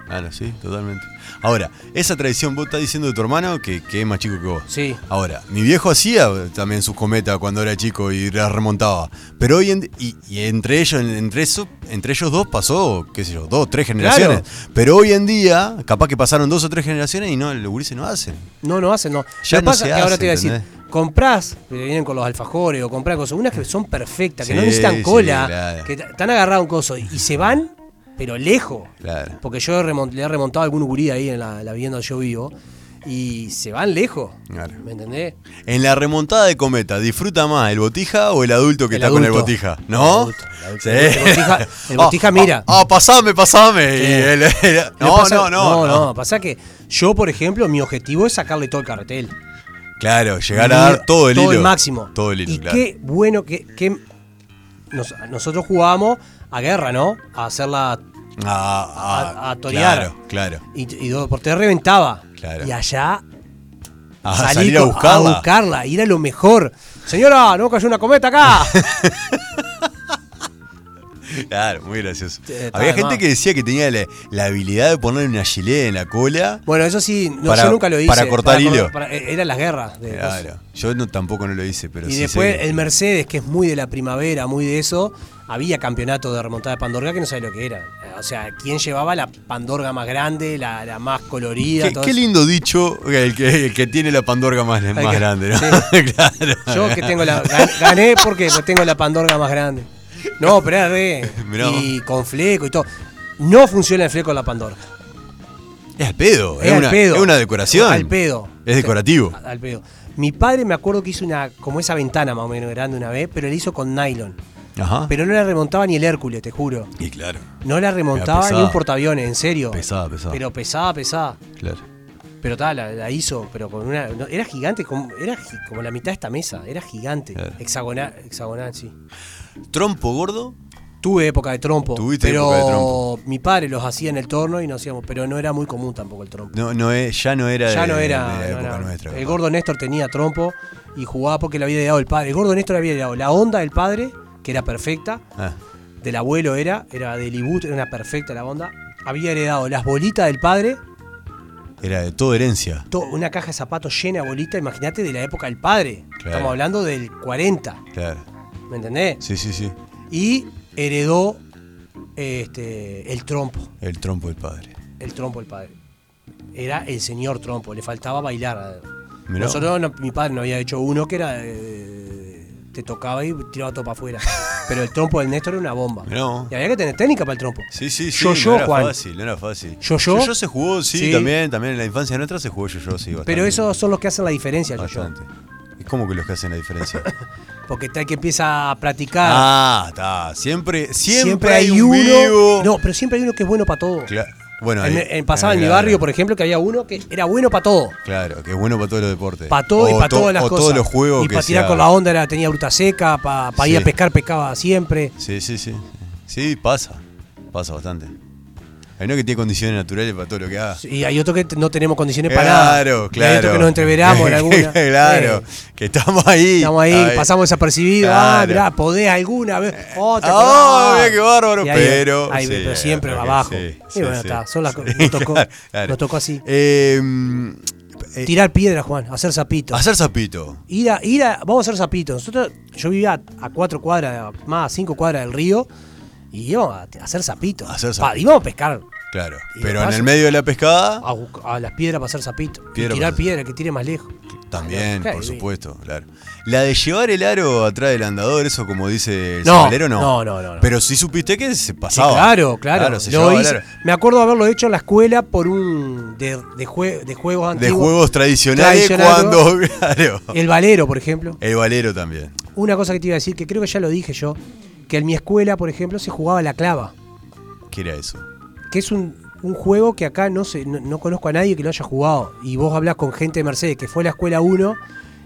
Claro, sí, totalmente. Ahora, esa tradición, vos estás diciendo de tu hermano que, que es más chico que vos. Sí. Ahora, mi viejo hacía también sus cometas cuando era chico y las remontaba. Pero hoy en, y, y entre ellos, entre eso, entre ellos dos pasó, qué sé yo, dos, tres generaciones. Pero hoy en día, capaz que pasaron dos o tres generaciones y no, los gurises no hacen. No, no hacen, no. Ya Lo que no pasa se es que ahora hace, te voy a decir, ¿entendés? comprás, que vienen con los alfajores o comprás cosas, unas que son perfectas, que no Sí, necesitan sí, cola, claro. que t- están agarrados un coso y, y se van, pero lejos. Claro. Porque yo he remont- le he remontado a algún gurí ahí en la, la vivienda donde yo vivo y se van lejos. Claro. ¿Me entendés? En la remontada de cometa, ¿disfruta más el botija o el adulto que El está con el adulto. botija? ¿No? El adulto, el adulto. El botija- el botija Ah, mira. Ah, ah, pasame, pasame. Y Sí. él- él- no, pasa- no, no, no. pasa que yo, por ejemplo, mi objetivo es sacarle todo el carretel. Claro, llegar a dar todo el hilo. máximo. Todo el hilo, Y claro. qué bueno que, que nos- nosotros jugábamos a guerra, ¿no? A hacerla. Ah, ah, a- a torear. Claro, claro. Y, y do- por te reventaba. Claro. Y allá A salí salir Ah, a con- buscarla. A buscarla, ir a lo mejor. Señora, no cayó una cometa acá. Claro, muy gracioso. Sí, está Había de gente más. que decía que tenía la, la habilidad de poner una gilet en la cola. bueno, eso sí, no, Para- yo nunca lo hice. para cortar cor- hilo. para- eh, eran las guerras. de- Claro. Yo no, tampoco no lo hice, pero Y sí después sé que- el Mercedes, que es muy de la primavera, muy de eso, había campeonato de remontada de Pandorga que no sabía lo que era. O sea, quién llevaba la Pandorga más grande, la, la más colorida. Qué, todo qué eso. lindo dicho el que, el que tiene la pandorga más, más que- grande, ¿no? sí. claro. Yo que tengo la. gan- Gané porque tengo la Pandorga más grande. No, pero era re. Mirá vos. Y con fleco y todo. No funciona el fleco en la Pandorga. Es al pedo, es, al una, pedo. es una decoración. Al pedo. Es decorativo. Al pedo. Mi padre me acuerdo que hizo una, como esa ventana más o menos grande una vez, pero la hizo con nylon. Ajá. Pero no la remontaba ni el Hércules, te juro. y claro, No la remontaba Era pesada. ni un portaaviones, en serio. Pesada, pesada. Pero pesada, pesada. claro. Pero tal, la, la hizo, pero con una. no, era gigante, como, era gi- como la mitad de esta mesa. Era gigante. Claro. Hexagonal, hexagonal, sí. Trompo gordo, Tuve época de trompo. Tuviste pero época de trompo. mi padre los hacía en el torno y nos hacíamos. Pero no era muy común tampoco el trompo. no, no es, ya no era ya de- no de la era. no época era- nuestra. el gordo Néstor tenía trompo y jugaba porque le había dado el padre. El gordo Néstor le había dado la onda del padre, que era perfecta. Ah, del abuelo era, era del Ibut, era una perfecta la onda. Había heredado las bolitas del padre, era de toda herencia. to- una caja de zapatos llena de bolitas, imagínate de la época del padre. Claro. Estamos hablando del 40, Claro. ¿me entendés? Sí, sí, sí. Y heredó este, el trompo, El trompo del padre. el trompo del padre. Era el señor trompo, le faltaba bailar. Mirá. Nosotros, no- mi padre no había hecho uno que era... eh, te tocaba y tiraba todo para afuera. Pero el trompo del Néstor era una bomba. Mirá vos. Y había que tener técnica para el trompo. Sí, sí, sí. Yo-yo, no era Juan. fácil, no era fácil. Yo-yo. Yo-yo se jugó, sí, Sí. también, también en la infancia nuestra se jugó yo-yo, sí, bastante. Pero esos son los que hacen la diferencia, yo, Bastante. Es como que los que hacen la diferencia. Porque está el que empieza a practicar. ah, está. Siempre, siempre, hay, un uno. vivo. No, pero siempre hay uno que es bueno para todo. Cla- Bueno, En- ahí- en- pasaba en mi claro. barrio, por ejemplo, que había uno que era bueno para todo. Claro, que es bueno para todos los deportes. Para todo y O para to- todas las o cosas. todos los juegos y que para se tirar con hagan. la onda era- tenía bruta seca, para ir a Sí. pescar pescaba siempre. Sí, sí, sí. Sí, pasa. Pasa bastante. Hay uno que tiene condiciones naturales para todo lo que haga. Y hay otro que t- no tenemos condiciones para nada. claro, Y hay otro claro. que nos entreveramos en alguna. claro, Eh, que estamos ahí. estamos ahí, Ay. pasamos desapercibido. Ah, Claro. mirá, podés alguna vez. Oh, te Ah, acordás. mira qué bárbaro, Y pero- ahí- sí, pero siempre creo que abajo. sí, y sí, bueno, sí. está. Son las co- Sí, nos, tocó, claro, claro. nos tocó así. Eh, eh, Tirar piedra, Juan, hacer zapito. hacer zapito. Ir a, ir a- vamos a hacer zapito. Nosotros, yo vivía a, a cuatro cuadras, más a cinco cuadras del río, y íbamos a t- a hacer zapito. A hacer Pa- zapito. íbamos a pescar Claro. Y Pero en de paso- el medio de la pescada, a, bu- a las piedras para hacer zapito. Y Piedra tirar para- piedra, el que tire más lejos. también, Claro, por sí. supuesto, claro. La de llevar el aro atrás del andador, eso como dice el No, sabalero, no. no, no, no, no. Pero sí supiste que se Sí, pasaba. claro, claro. se Lo llevaba el hice- aro. Me acuerdo haberlo hecho en la escuela por un. de, de jue- de juegos De antiguos. juegos tradicionales Tradicional, ¿no? cuando, claro. El valero, por ejemplo. El valero también. Una cosa que te iba a decir, que creo que ya lo dije yo, que en mi escuela, por ejemplo, se jugaba la clava, ¿Qué era eso? que es un, un juego que acá no, se, no, no conozco a nadie que lo haya jugado. Y vos hablás con gente de Mercedes que fue a la escuela 1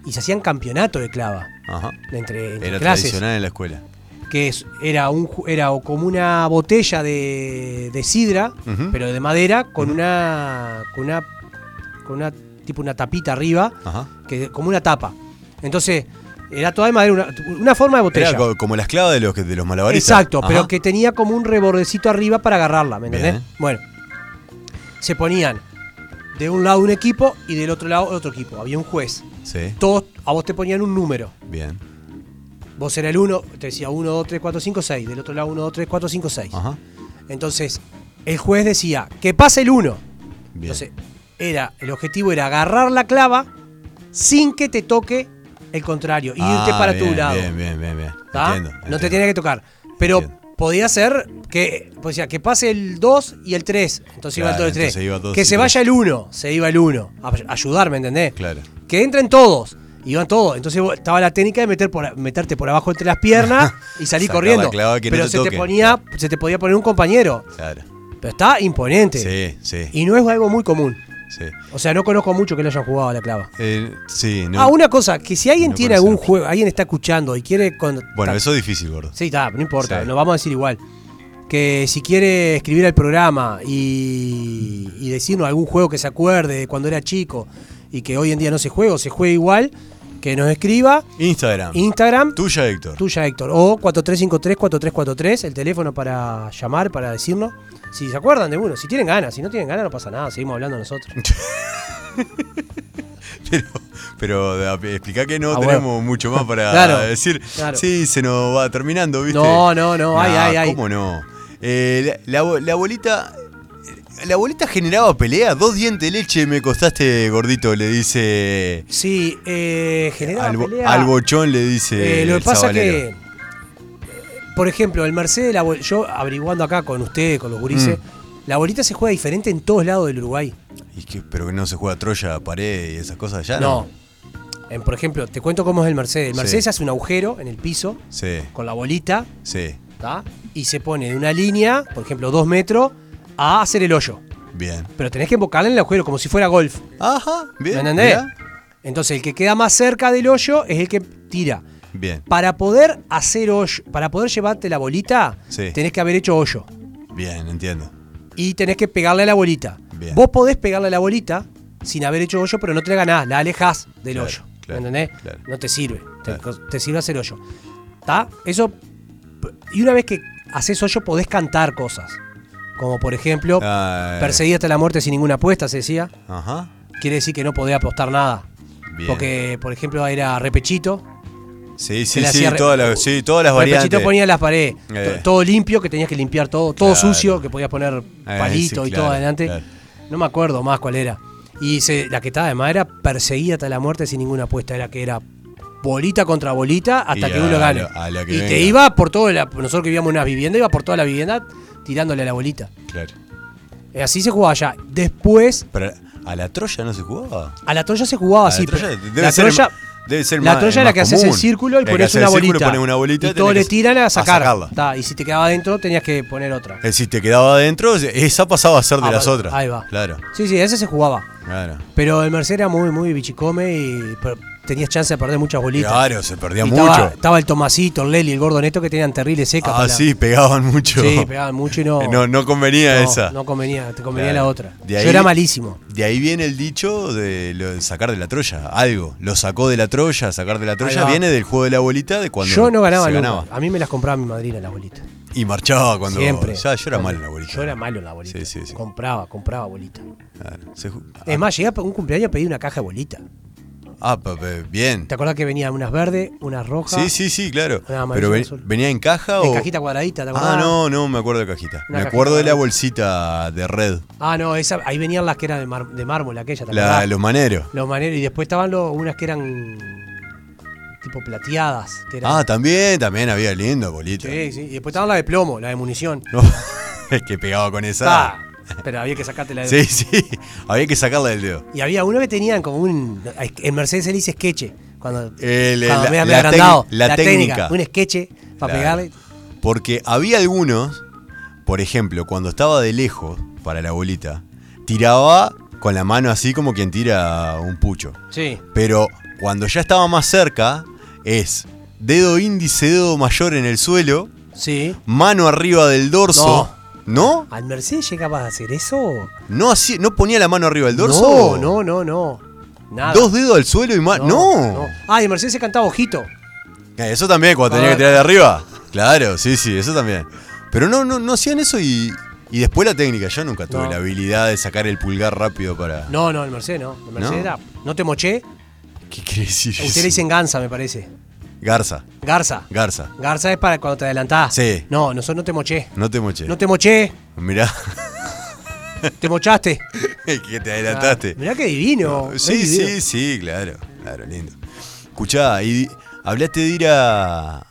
y se hacían campeonato de clava Ajá. entre, entre Era clases. tradicional en la escuela. que es- era, un, ju- era o como una botella de, de sidra, Ujú. pero de madera, con una. con una. con una. tipo una tapita arriba, Ajá. que, como una tapa. Entonces, era toda de madera, una, una forma de botella. Era co- como la esclava de los, que- de los malabaristas. Exacto, Ajá. pero que tenía como un rebordecito arriba para agarrarla, ¿me entendés? Bien. Bueno, se ponían de un lado un equipo y del otro lado otro equipo. Había un juez. Sí, Todos, a vos te ponían un número. bien. Vos eras el 1, te decía 1, 2, 3, 4, 5, 6. Del otro lado 1, 2, 3, 4, 5, 6. Ajá. Entonces, el juez decía, que pase el 1. Bien. Entonces, era, el objetivo era agarrar la clava sin que te toque el contrario. Y irte Ah, para tu bien, lado. Bien, bien, bien, bien. ¿tá? Entiendo, No te entiendo. tenía que tocar. Pero Entiendo. podía ser que, pues, ya, que pase el 2 y el 3. Entonces iba Claro, todo el 3. entonces iba dos Que y se tres. vaya el 1. Se iba el 1. A ayudarme, ¿entendés? Claro. Que entren todos. Iban todos. Entonces vos- estaba la técnica de meter por, a- meterte por abajo entre las piernas y Sacar salir la corriendo. clava que no Pero te se, te toquen. ponía, se te podía poner un compañero. Claro. Pero está imponente. Sí, sí. Y no es algo muy común. Sí. O sea, no conozco mucho que lo hayan jugado a la clava. Eh, sí, no. Ah, una cosa, que si alguien No tiene conocemos. algún juego, alguien está escuchando y quiere con- Bueno, ta- eso es difícil, gordo. Sí, está, no importa, Sí. nos vamos a decir igual. Que si quiere escribir al programa y, y decirnos algún juego que se acuerde de cuando era chico y que hoy en día no se juega o se juega igual, que nos escriba Instagram. Instagram Tuya, Héctor. tuya Héctor o 4353-4343, el teléfono para llamar, para decirnos. Si se acuerdan de uno, si tienen ganas, si no tienen ganas no pasa nada, seguimos hablando nosotros. Pero, pero da- explica que no Ah, bueno. tenemos mucho más para Claro, decir. claro. Sí, se nos va terminando, ¿viste? No, no, no, ay, ay, ay. ¿Cómo no? Eh, la, la bo- la bolita. La bolita generaba pelea. Dos dientes de leche me costaste, gordito, le dice. Sí, eh, generaba Al, bo- pelea. al bochón le dice. Eh, lo el que pasa que, sabalero. eh, por ejemplo, el Mercedes, la bol- yo averiguando acá con ustedes, con los gurises, Mm. la bolita se juega diferente en todos lados del Uruguay. ¿Y qué? ¿Pero que no se juega Troya, pared y esas cosas ya? no. En, por ejemplo, te cuento cómo es el Mercedes. El Sí. Mercedes hace un agujero en el piso Sí, con la bolita sí. ¿tá? y se pone de una línea, por ejemplo, dos metros, a hacer el hoyo. Bien. Pero tenés que embocarla en el agujero como si fuera golf. Ajá, ¿Me bien. entendés? mirá. Entonces, el que queda más cerca del hoyo es el que tira. Bien, Para poder hacer hoyo, para poder llevarte la bolita, Sí. tenés que haber hecho hoyo. bien, entiendo. Y tenés que pegarle a la bolita. Bien. Vos podés pegarle a la bolita sin haber hecho hoyo, pero no te la ganás, la alejás del Claro, hoyo. claro, ¿Me entendés? claro. No te sirve. Te- Claro. Te, sirve hacer hoyo. ¿Está? Eso. Y una vez que haces hoyo, podés cantar cosas. Como por ejemplo, Ah, eh. perseguí hasta la muerte sin ninguna apuesta, se decía. Ajá. Quiere decir que no podés apostar nada. Bien. Porque, por ejemplo, era repechito. Sí, Se sí, le sí, hacía re- todas las, sí, todas las Repechito variantes. ponía las paredes. Eh. to- Todo limpio, que tenías que limpiar todo. Todo Claro. Eh, sucio, que podías poner palito sí, y todo claro, adelante. claro. No me acuerdo más cuál era. Y se- la que estaba de madera perseguía hasta la muerte sin ninguna apuesta. Era que era bolita contra bolita hasta Y que a uno la- gane. a la que y venga. te iba por todo. La, nosotros que vivíamos en una vivienda, iba por toda la vivienda tirándole a la bolita. Claro. Eh, Así se jugaba allá. Después, Pero a la Troya no se jugaba. a la Troya se jugaba A así. la Troya Ah, pero debe la ser en- Troya Debe ser La más- toalla es la más que haces el común. círculo y La que pones haces una el círculo, bolita. pones una bolita y tenés todos que le tiran a sacar. sacarla. Ta, y si te quedaba adentro, tenías que poner otra. Eh, Si te quedaba adentro, esa pasaba a ser de Ah, las va- otras. Ahí va. Claro, Sí, sí, ese se jugaba. claro. Pero el Mercedes era muy, muy bichicome y per- tenías chance de perder muchas bolitas. Claro, se perdía Y mucho. Estaba, estaba el Tomasito, el Leli, el Gordo Neto que tenían terribles secas. ah, para- sí, pegaban mucho. Sí, pegaban mucho y no. Eh, no, no convenía no, esa. no convenía, te convenía Claro. la otra. De Yo ahí- era malísimo. De ahí viene el dicho de, lo de sacar de la Troya, algo. Lo sacó de la Troya, sacar de la Troya va. viene del juego de la bolita de cuando Yo no ganaba se nunca. ganaba. A mí me las compraba mi madrina las bolitas. Y marchaba cuando. Siempre. Ya, yo era Cuando- malo en la bolita. Yo era malo en la bolita. Sí, sí, sí. Compraba, compraba bolita. Claro, se ju- Es más, llegué a un cumpleaños a pedir una caja de bolita. Ah, pa- pa- bien. ¿Te acordás que venían unas verdes, unas rojas? Sí, sí, sí, claro. Una amarilla, Pero ven- azul. venía en caja En o. cajita cuadradita, ¿te acordás? Ah, no, no, me acuerdo de cajita. Una me acuerdo cajita de la grande. bolsita de red. Ah, no, esa, ahí venían las que eran de, mar- de mármol, aquella, ¿te La, acordás? los maneros. Los maneros. Y después estaban los- unas que eran tipo plateadas. Que eran, Ah, también, también había lindo bolita. Sí, sí. Y después estaban las de plomo, las de munición. No, es que pegaba con esa. Ta, Pero había que sacarte la de Ah. Sí, sí. Había que sacarla del dedo. Y había uno que tenían como un. En Mercedes se le dice sketche. Cuando, El- el- cuando la- me- me la agrandado. tec- la técnica. Un sketche Claro. para pegarle. Porque había algunos, por ejemplo, cuando estaba de lejos para la bolita, tiraba con la mano así como quien tira un pucho. Sí. Pero cuando ya estaba más cerca, es dedo índice, dedo mayor en el suelo, Sí. mano arriba del dorso. ¿No? ¿Al Mercedes llegabas a hacer eso? ¿No, hacía- no ponía la mano arriba del dorso? No, no, no, no. Nada. Dos dedos al suelo y mano. No. Ah, y Mercedes se cantaba ojito. Eh, Eso también, cuando tenía Ah. que tirar de arriba. Claro, sí, sí, eso también. Pero no, no, no hacían eso y, y después la técnica. Yo nunca tuve No. la habilidad de sacar el pulgar rápido para. No, no, el Mercedes no. El Mercedes No. era. No te moché. ¿Qué quiere decir A eso? Usted le dicen ganza, me parece. Garza, Garza. garza. Garza es para cuando te adelantás. Sí. No, nosotros no te moché. No te moché. No te moché. Mirá, Te mochaste. que te adelantaste. Ah, Mirá qué divino. sí, qué divino. sí, sí, claro. Claro, lindo. Escuchá, y hablaste de ir a.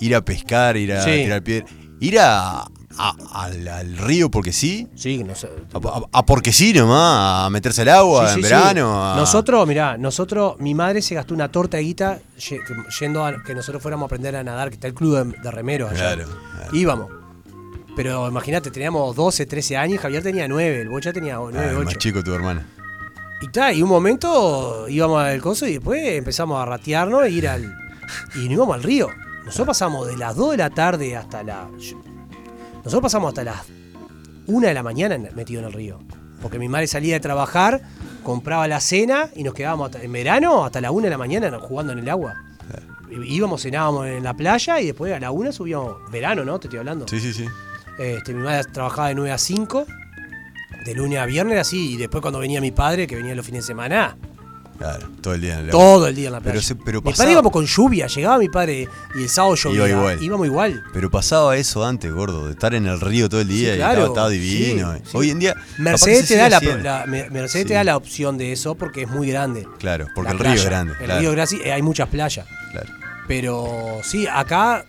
ir a pescar, ir a Sí. tirar piedra. Ir a, a- al- al río porque sí. Sí, no sé. A, a- a porque sí nomás, a meterse al agua Sí, en sí, sí. verano. ah. a- Nosotros, mirá, nosotros, mi madre se gastó una torta de guita ye- yendo a que nosotros fuéramos a aprender a nadar, que está el club de, de remeros allá. Claro, claro. Íbamos. Pero imagínate, teníamos 12, 13 años, Javier tenía 9, el Bocha tenía Ah, 9, el 8. más chico tu hermana. Y ta, y un momento íbamos al coso y después empezamos a ratearnos e ir al. Y nos íbamos al río. Nosotros pasamos de las 2 de la tarde hasta la. yo- Nosotros pasamos hasta las 1 de la mañana en- metido en el río. Porque mi madre salía de trabajar, compraba la cena y nos quedábamos hasta- en verano hasta la 1 de la mañana no- jugando en el agua. Y- Íbamos, cenábamos en la playa y después a la 1 subíamos. Verano, ¿no? Te estoy hablando. Sí, sí, sí. Este, mi madre trabajaba de 9 a 5, de lunes a viernes así, y después cuando venía mi padre, que venía los fines de semana, Claro, todo el día en el agua. todo el día en la playa. Pero se- pero mi pasaba- padre íbamos con lluvia, llegaba mi padre y el sábado llovía, igual. íbamos igual. Pero pasaba eso antes, gordo, de estar en el río todo el día Sí, y claro, estaba, estaba divino. eh. sí, sí. Hoy en día. Mercedes, capaz que se te da, sigue la, haciendo. la- me- Mercedes Sí. te da la opción de eso porque es muy grande. Claro, porque La el río es playa. grande. El claro, río es grande, sí, eh, hay muchas playas. claro. Pero sí, acá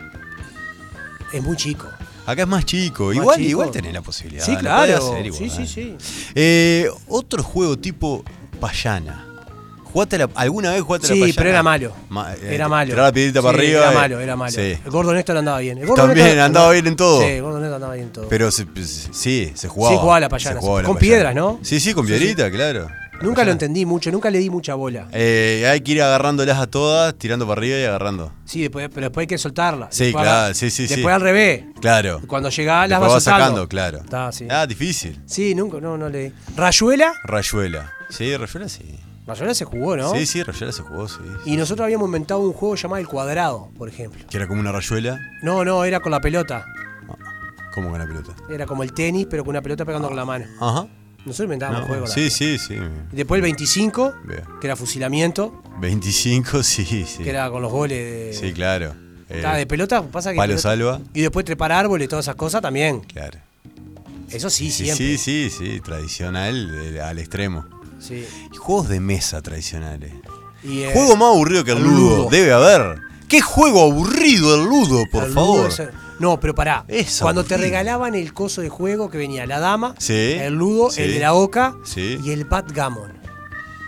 es muy chico. Acá es más chico. igual, chico. igual tenés la posibilidad. sí, la podés claro. hacer igual. sí, sí, sí. Eh, otro juego tipo payana. ¿Jugaste a la- ¿Alguna vez jugaste a la Sí, payana? pero era malo. Ma- eh, era malo. Tirar la piedrita Sí, para arriba. Era eh. malo, era malo. Sí. El gordo Néstor andaba bien. El gordo También, Néstor- andaba bien en todo. Sí, el gordo Néstor andaba bien en todo. Pero se- pues, sí, se jugaba. Sí, jugaba a la payana, Se jugaba a la con payana. piedras, ¿no? Sí, sí, con Sí, sí. piedrita, claro. nunca lo entendí mucho, nunca le di mucha bola. Eh, hay que ir agarrándolas a todas, tirando para arriba y agarrando. Sí, después, pero después hay que soltarla. Sí, Después claro, agarra- sí, sí, sí. Después al revés. Claro. Cuando llegaba las Después vas soltando. sacando, claro. Está, sí. Ah, difícil. Sí, nunca, no, no le di. Rayuela, Rayuela. Sí, Rayuela sí. Rayuela se jugó, ¿no? Sí, sí, Rayuela se jugó, sí. Y nosotros habíamos inventado un juego llamado El Cuadrado, por ejemplo. Que era como una rayuela, No, no, era con la pelota. como con la pelota. Era como el tenis, pero con una pelota pegando con la mano. Ajá. Nosotros inventábamos No, juegos. sí, sí, sí. Y después el 25, Bien. que era fusilamiento, 25, sí, sí. que era con los goles de, Sí, claro. Eh, Ta, de pelota, pasa que. palo pelota- salva. Y después trepar árboles, todas esas cosas también. Claro. Eso sí, Sí, sí, siempre. sí, sí, tradicional eh, al extremo. Sí. Y juegos de mesa tradicionales. Y, eh, Juego más aburrido que el el ludo, ludo. debe haber. ¿Qué juego aburrido el ludo, por al favor? ludo es- No, pero pará. Es Cuando te aburrido. regalaban el coso de juego que venía la dama, Sí, el ludo, sí, el de la oca sí. y el Batgammon.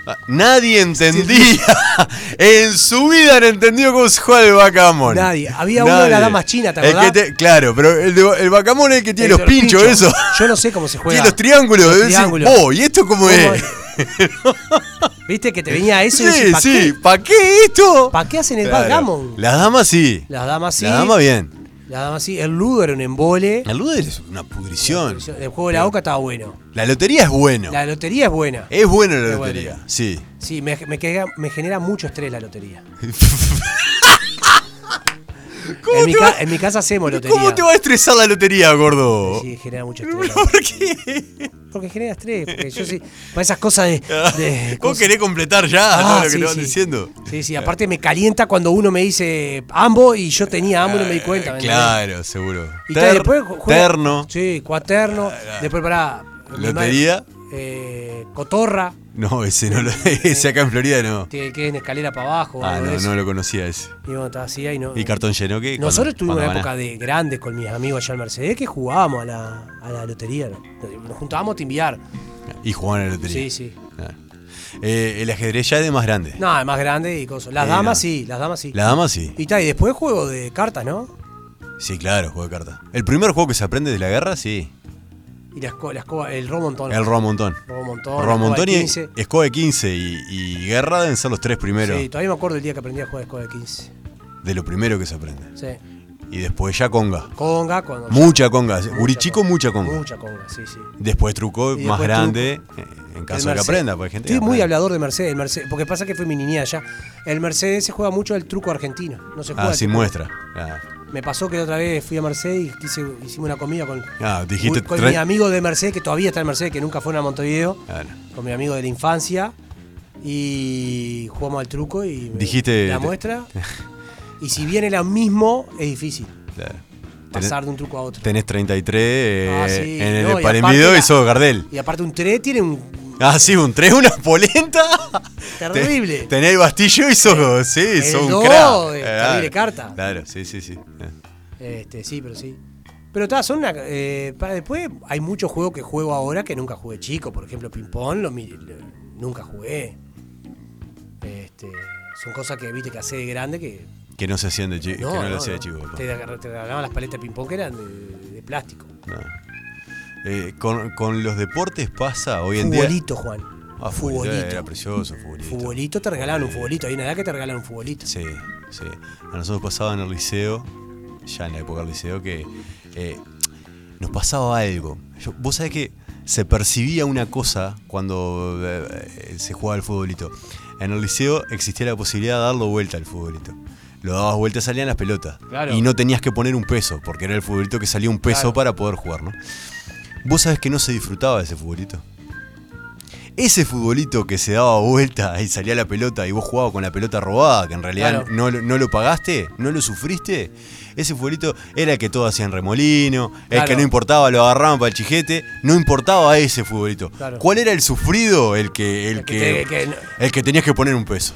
Ah, Nadie entendía. en su vida no entendió cómo se juega el backgammon. Nadie. Había uno de las damas chinas, ¿te El que acordás? te- claro, pero el, de- el backgammon es el que tiene Eh, los pinchos, eso. Yo no sé cómo se juega. Tiene los triángulos. Los es decir, triángulos. oh, ¿y esto cómo, es? ¿Viste que te venía Ah, eso? y Sí, decís, ¿pa' sí. qué? ¿Para qué esto? ¿Para qué hacen el Claro. backgammon? Las damas sí. Las damas sí. Las damas bien. Las damas sí. El ludo era un embole. La luz es una pudrición. El juego de Eh, la boca estaba bueno. La lotería es bueno. La lotería es buena. Es bueno la Es buena. lotería. Sí. Sí, me, me, queda- me genera mucho estrés la lotería. en, mi te ca- va- en mi casa hacemos lotería. ¿Cómo te va a estresar la lotería, gordo? Sí, genera mucho estrés. la ¿Por lotería. qué? Ah, Porque genera estrés. Porque yo sí. Para esas cosas de. de- Vos cosas- querés completar ya Ah, todo lo que sí, te van sí. diciendo. Sí, sí, aparte me calienta cuando uno me dice ambo y yo tenía ambo y no me di cuenta. ¿me entendés? Ah, Eh, Claro, seguro. Y tal, Ter- después ju- juega- terno. Ah, Sí, cuaterno. Después para. Lotería. Eh, cotorra, No, ese no lo. Ese acá en Florida no. que que es en escalera para abajo. Ah, algo de no, eso. no lo conocía ese. Y bueno, estaba así ahí, no. Y cartón lleno que. Nosotros tuvimos una época de grandes con mis amigos allá en Mercedes que jugábamos a la, a la lotería. Nos juntábamos a timbiar. Y jugaban a la lotería. Sí, sí. Claro. Eh, el ajedrez ya es de más grande. Nada, más grande y cosas. Las Sí, damas no. sí, las damas sí. La dama sí. Y tal, y después juego de cartas, ¿no? Sí, claro, juego de cartas. El primer juego que se aprende de la guerra, sí. Y la esco- la escoba- el romontón. El Romontón. romontón. Romontón y Sí, Escoba de 15 y, y Guerra deben ser los tres primeros todavía me acuerdo el día que aprendí a jugar escoba de 15. de lo primero que se aprende. Sí. Y después ya conga. Conga, cuando. Mucha conga. Gurichico, conga. mucha conga. Mucha conga, sí, sí. Después truco Y más después grande, eh, en El caso de que Mercedes- aprenda, porque hay gente que Estoy muy aprende. hablador de Mercedes, el Mercedes, porque pasa que fue mi niñez allá. El Mercedes se juega mucho el truco argentino. No se juega. Ah, el sin truco. muestra. Ah, Me pasó que otra vez fui a Mercedes y quise- hicimos una comida con, Ah, dijiste con tre- mi amigo de Mercedes, que todavía está en Mercedes, que nunca fueron a Montevideo, claro. con mi amigo de la infancia. Y jugamos al truco y me- Dijiste- la muestra. y si viene lo mismo, es difícil claro. Tenés, pasar de un truco a otro. tenés 33 eh, Ah, sí, en el no, y Palemidó aparte y la- sos Gardel. Y aparte un 3 tiene un Ah, sí, un 3, una polenta. Terrible. Te- Tenés el bastillo y sos, sí, Eh, el sos un dos, crack. eh, Claro. terrible carta. Claro, sí, sí, sí. Eh. Este, sí, pero sí. Pero está, son una- eh, para después hay muchos juegos que juego ahora que nunca jugué chico. Por ejemplo, ping-pong lo mi- lo- nunca jugué. Este, son cosas que viste que hace de grande que. Que no se hacían de chico, que no, lo hacía de chico. papá. Te, agar- te regalaban las paletas de ping-pong que eran de, de plástico. No. Eh, con, con los deportes pasa hoy en día. Futbolito, Juan. Ah, futbolito. Era futbolito. precioso, futbolito. Futbolito te regalaban un futbolito. Hay una edad que te regalaron un futbolito. Sí, sí. A nosotros pasaba en el liceo, ya en la época del liceo, que eh, nos pasaba algo. Yo- Vos sabés que se percibía una cosa cuando eh, se jugaba el futbolito. En el liceo existía la posibilidad de darlo vuelta al futbolito. Lo dabas vuelta, salían las pelotas. Claro. Y no tenías que poner un peso, porque era el futbolito que salía un peso Claro. para poder jugar, ¿no? Vos sabés que no se disfrutaba de ese futbolito. Ese futbolito que se daba vuelta y salía la pelota y vos jugabas con la pelota robada, que en realidad Claro. no, lo- no lo pagaste, no lo sufriste, ese futbolito era el que todos hacían remolino, el que Claro. no importaba, lo agarraban para el chijete, no importaba ese futbolito. Claro. ¿Cuál era el sufrido? El que, el, El que, que te- que no- el que tenías que poner un peso.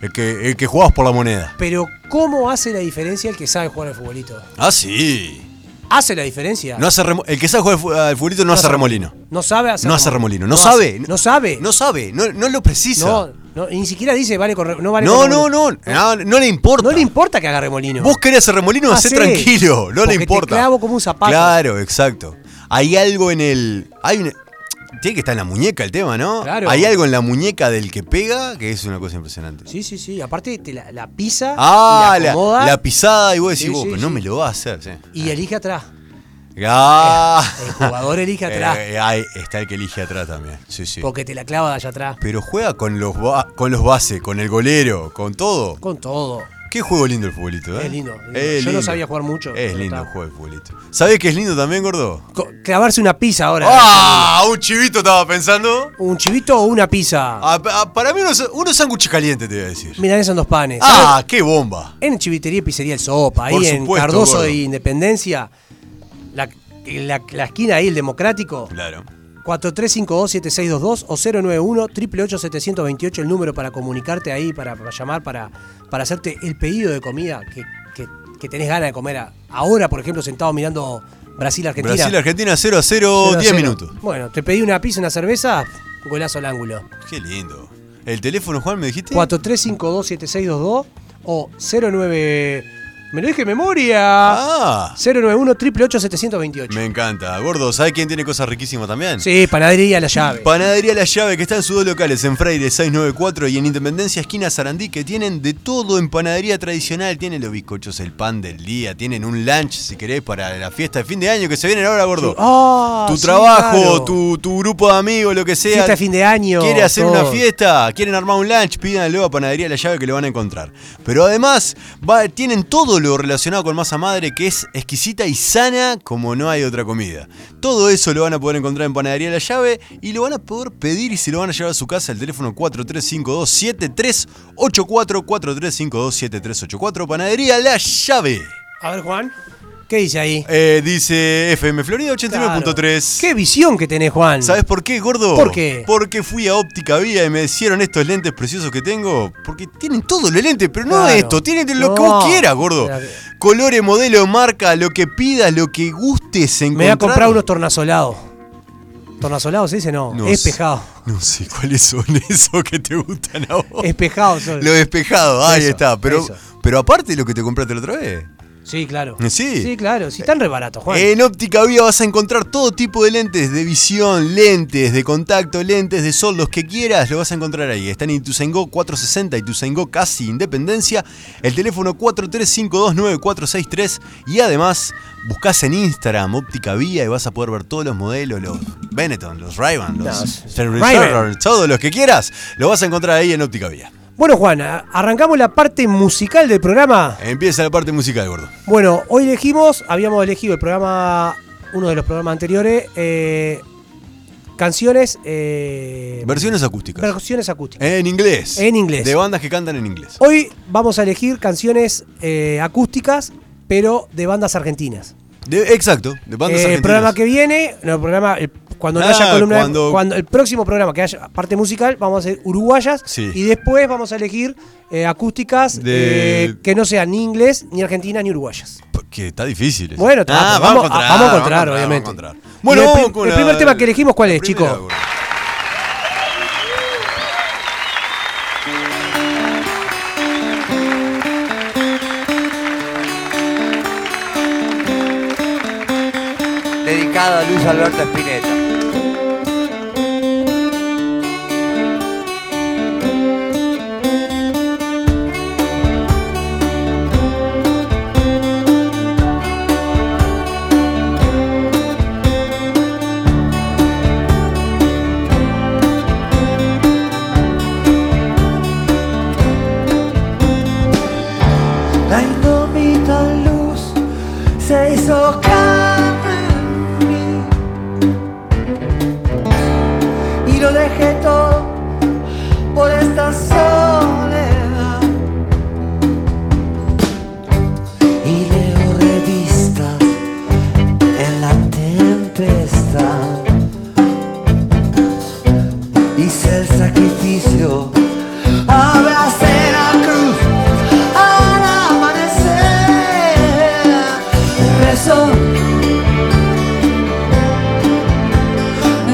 El que, el que jugabas por la moneda. Pero, ¿cómo hace la diferencia el que sabe jugar al futbolito? Ah, sí. ¿Hace la diferencia? No hace remo- el que sabe jugar al fu- al futbolito no, hace remolino. No sabe hacer No hace remolino. No, sabe. hace- No sabe. No sabe. No, no lo precisa. No, no, y ni siquiera dice vale con re- no vale No, con no, remolino. no, no, no le importa. No le importa que haga remolino. Vos querés hacer remolino, hacé Hacé, tranquilo, no le porque te importa. clavo como un zapato. Claro, exacto. Hay algo en el. Hay una- tiene que estar en la muñeca el tema, ¿no? Claro. Hay algo en la muñeca del que pega que es una cosa impresionante. Sí, sí, sí. Aparte te la, la pisa Ah, y la la, acomoda la pisada y vos decís, Sí, vos, sí, pero no sí. me lo va a hacer. sí. y elige atrás. Ah. El jugador elige atrás. Eh, ahí está el que elige atrás también. Sí, sí. Porque te la clava de allá atrás. Pero juega con los, ba- con los bases, con el golero, con todo. Con todo. Qué juego lindo el futbolito, ¿eh? Es lindo, lindo. Es Yo no lindo. sabía jugar mucho, Es pero lindo está. el juego el futbolito. ¿Sabés que es lindo también, gordo? Co- clavarse una pizza ahora. ¡Ah! Un chivito estaba pensando. ¿Un chivito o una pizza? Ah, pa- ah, para mí, unos, unos sándwiches calientes, te voy a decir. Mirá, esos dos panes. ¡Ah! ¡Qué bomba! En Chivitería y Pizzería El Sopa, Por ahí en supuesto, Cardoso gordo. e Independencia, la, la- la esquina ahí, el Democrático, Claro. 4352-7622 o 091-888-728, el número para comunicarte ahí, para, para llamar, para, para hacerte el pedido de comida que, que- que tenés ganas de comer. a- Ahora, por ejemplo, sentado mirando Brasil-Argentina. Brasil-Argentina 0 a 0, 0 a 10 0. minutos. Bueno, te pedí una pizza, una cerveza, golazo al ángulo. Qué lindo. El teléfono, Juan, me dijiste. 43527622 o 09. Me lo dije en memoria. Ah, 091 888 728. me encanta. Gordo, ¿sabes quién tiene cosas riquísimas también? Sí, panadería la llave. Panadería La Llave, que está en sus dos locales, en Freire 694 y en Independencia Esquina Sarandí, que tienen de todo en panadería tradicional. Tienen los bizcochos, el pan del día, tienen un lunch, si querés, para la fiesta de fin de año que se vienen ahora, gordo. Ah, tu sí, trabajo, claro. tu, tu grupo de amigos, lo que sea. Fiesta de fin de año, Quiere hacer todo. una fiesta, quieren armar un lunch, pídanlo a Panadería La Llave que lo van a encontrar. Pero además, va- tienen todo lo relacionado con masa madre que es exquisita y sana como no hay otra comida. Todo eso lo van a poder encontrar en Panadería La Llave y lo van a poder pedir y se lo van a llevar a su casa el teléfono 4352-7384, 4352-7384, Panadería La Llave. A ver, Juan. ¿Qué dice ahí? Eh, dice FM Florida 89.3. Qué visión que tenés, Juan. ¿Sabes por qué, gordo? Mm. ¿Por qué? Porque fui a óptica vía y me hicieron estos lentes preciosos que tengo. Porque tienen todos los lentes, pero no Claro. esto. Tienen lo que No. vos quieras, gordo. Claro. Colores, modelo, marca, lo que pidas, lo que gustes encontrar. Me voy a comprar unos tornasolados. ¿Tornasolados se dice? No. No Espejado. No sé cuáles son esos que te gustan a vos. Espejado son. Lo despejado, ahí Eso, está. Pero, eso. pero aparte de lo que te compraste la otra vez. Sí, claro. Sí. Eh. Sí, claro. Sí, están re baratos, Juan. En Óptica Vía vas a encontrar todo tipo de lentes de visión, lentes de contacto, lentes de sol, los que quieras, lo vas a encontrar ahí. Están en Ituzaingó 460, Ituzaingó casi Independencia, el teléfono 43529463 y además buscas en Instagram Óptica Vía y vas a poder ver todos los modelos, los Benetton, los Ray-Ban, los Los Ferris Ray-Ban. Ferrer, todos los que quieras, lo vas a encontrar ahí en Óptica Vía. Bueno, Juan, a- arrancamos la parte musical del programa. Empieza la parte musical, gordo. Bueno, hoy elegimos, habíamos elegido el programa, uno de los programas anteriores, eh, canciones, eh, Versiones acústicas. versiones acústicas. En inglés. En inglés. De bandas que cantan en inglés. Hoy vamos a elegir canciones eh, acústicas, pero de bandas argentinas. De- exacto, de bandas Eh, el argentinas. programa que viene, no, el programa, el- cuando no Ah, haya columna, de- cuando- cuando... el próximo programa que haya parte musical, vamos a hacer uruguayas Sí. y después vamos a elegir eh, acústicas De- eh, que no sean ni inglés, ni argentinas, ni uruguayas. Que está difícil. eso. Ah, Bueno, está, pero vamos- encontrar, vamos a encontrar, obviamente. encontrar. Bueno, Y el vamos prim- con el la- primer tema que elegimos, ¿cuál es, la primera, chico? gordo. dedicado a Luis Alberto Spinetta. La indomita luz se hizo carne en mí. Y lo dejé todo por esta soledad. Y leo revistas en la tempestad. Hice el sacrificio. Abracé la cruz al amanecer. Rezo,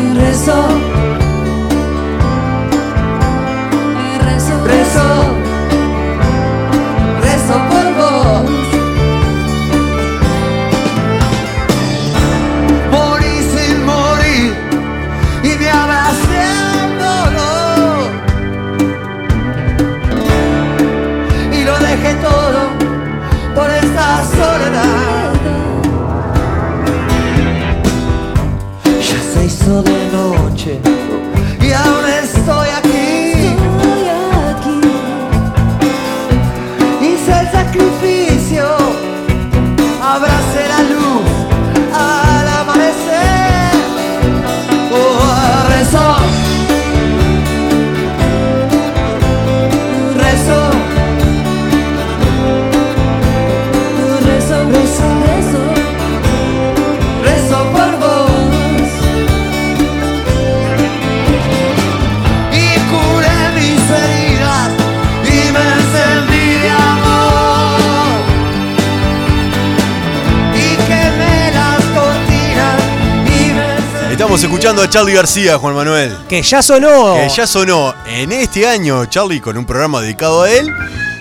rezo, rezo, rezo, rezo por vos. Morí sin morir y me abracé al dolor. y lo dejé todo por esta soledad. Ya se hizo de noche y aún estoy aquí. Hice el sacrificio, abracé la luz al amanecer. Oh, rezo. Rezo. Rezo, rezo, rezo, rezo por vos. Estamos escuchando a Charlie García, Juan Manuel. Que ya sonó. Que ya sonó en este año Charlie con un programa dedicado a él.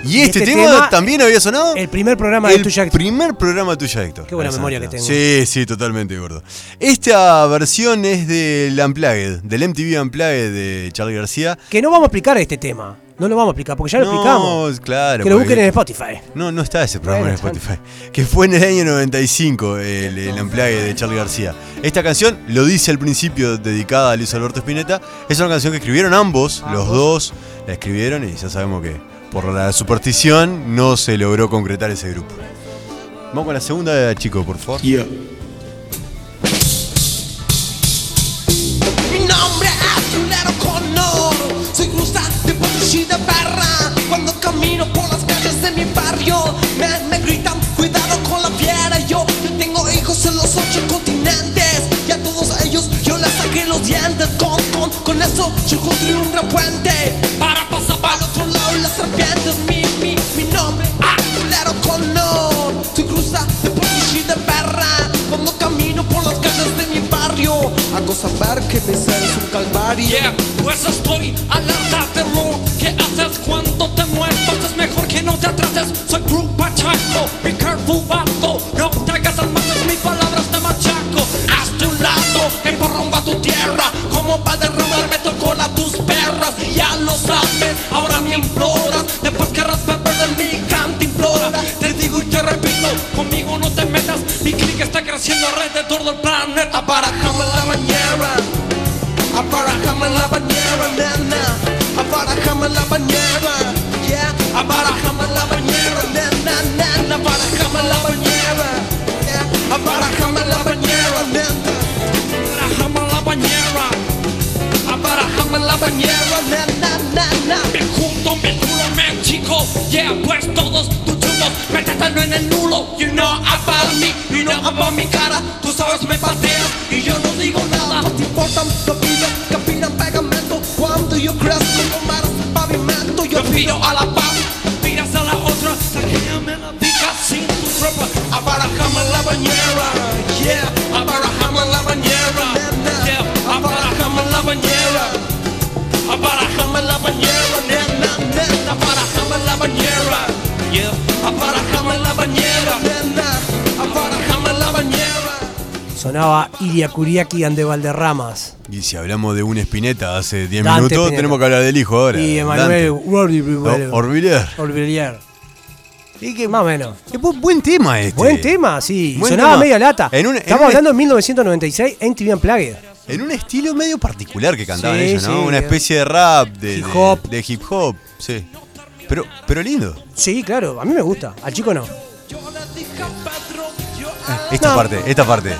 Y este, Este tema, tema, también había sonado. El primer programa de El tuya. primer programa tuya, Héctor. Qué buena Exacto. memoria que tengo. Sí, sí, totalmente, gordo. Esta versión es del Unplugged, del MTV Unplugged de Charlie García. Que no vamos a explicar este tema. No lo vamos a explicar, porque ya lo No, explicamos. claro, Que lo porque- busquen en Spotify. No, no está ese programa en Bueno, Spotify. Que fue en el año 95 el, el Unplugged de Charlie García. Esta canción, lo dice al principio, dedicada a Luis Alberto Spinetta, es una canción que escribieron ambos, los dos la escribieron y ya sabemos que por la superstición no se logró concretar ese grupo. Vamos con la segunda, chico, por favor. Mi nombre es Julero Conor, soy cruzante policía de barra. Cuando camino por las calles de mi barrio, me, me gritan, cuidado con la fiera. Yo, yo tengo hijos en los ocho continentes, y a todos ellos yo les saqué los dientes. Con, con, con eso yo construí un gran puente para pasar al otro lado las serpientes. Mi, mi, mi nombre ah, es Julero Conor, soy cruzante policía de barra. Cuando camino por las calles de mi barrio, hago saber que mi ser es un calvario. Yeah, pues estoy alerta terror ¿Qué haces cuando te muertas? Es mejor que no te atrases Soy crew pachaco, mi carbu vato No te hagas al macho, mis palabras te machaco Hazte un lado, emborromba tu tierra Como para derramarme tocó a tus perras Ya lo sabes, ahora me imploras Después que raspas de mi canto implora Te digo y te repito, conmigo no te metas Mi clique está creciendo alrededor del planeta Abarajame la bañera, abarajame la bañera, nena. Abarajame la bañera, yeah. Abarajame la bañera, nena, nena. Abarajame la bañera, yeah. Abarajame la bañera, nena. Abarajame la bañera, abarajame la bañera. Bañera, nena, nena. Me junto, me culo, me chico, yeah, pues todos tus chungos, métetelo en el nulo. You know about me, you know about mi cara, tú sabes me pateas y yo no digo nada. No te importan los pibes que pidan pegamento cuando yo crezco como el pavimento. Yo Yo pido a la paz, tiras a la otra, saquéame la pica sin tu ropa. Abarajame la bañera, yeah, abarajame la bañera, yeah, abarajame la bañera, abarajame la bañera, nena, nena, abarajame la bañera, yeah, abarajame la bañera, nena, abarajame la bañera. Sonaba Iria Kuriaki and the Valderramas. Y si hablamos de un Spinetta hace 10 Dante minutos, Spinetta. tenemos que hablar del hijo ahora. y Dante. Emanuel O- Orbiler. Orbilier. Y que más o menos. Qué bu- buen tema este. Buen tema, sí. Buen Sonaba tema. media lata. En un- en Estamos un- hablando de 1996 en TV Unplugged. En un estilo medio particular que cantaban Sí, ellos, ¿no? sí. Una especie de rap, de Hip hop. De, de hip hop, sí. Pero, pero lindo. Sí, claro, a mí me gusta. Al chico no. Esta No. parte, esta parte.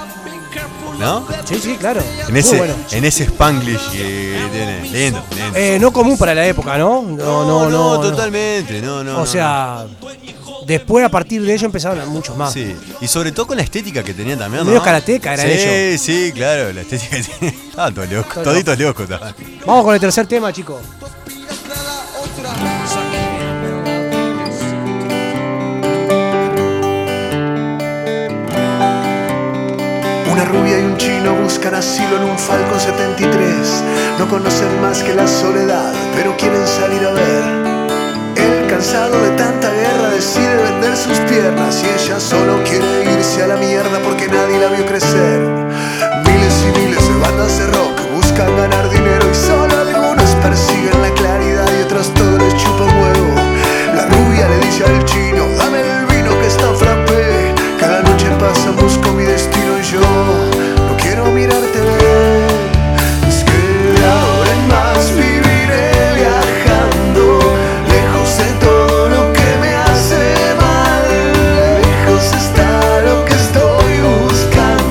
¿No? Sí, sí, claro. En ese, Muy bueno. en ese spanglish que tiene. Lindo, lindo. Eh, no común para la época, ¿no? No, no, no. no. totalmente. No, no. O no. sea, después a partir de ello empezaron muchos más. Sí. Y sobre todo con la estética que tenía también, Medio ¿no? karateca eran sí, Sí, claro, la estética que tenía. Estaban todos locos, Todo toditos locos estaban. Vamos con el tercer tema, chicos. Una rubia y un chino buscan asilo en un Falcon 73. No conocen más que la soledad, pero quieren salir a ver. Él, cansado de tanta guerra, decide vender sus piernas y ella solo quiere irse a la mierda porque nadie la vio crecer. Miles y miles de bandas de rock buscan ganar dinero y solo algunos persiguen la claridad y otros todos les chupan huevo. La rubia le dice al chino, dame el vino que está frappé. Cada noche pasa, busco mi destino y yo no quiero mirarte ver. Es que de ahora en más viviré viajando, lejos de todo lo que me hace mal. Lejos está lo que estoy buscando.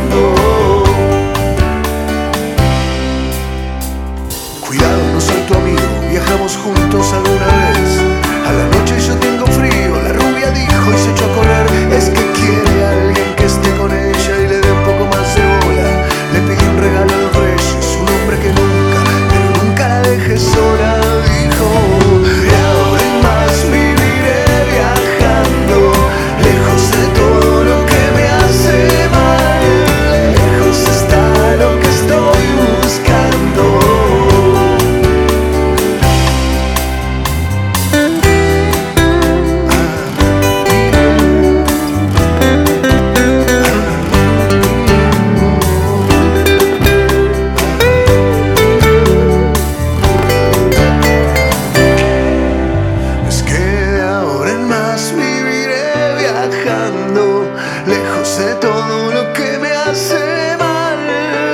eh, todo lo que me hace mal.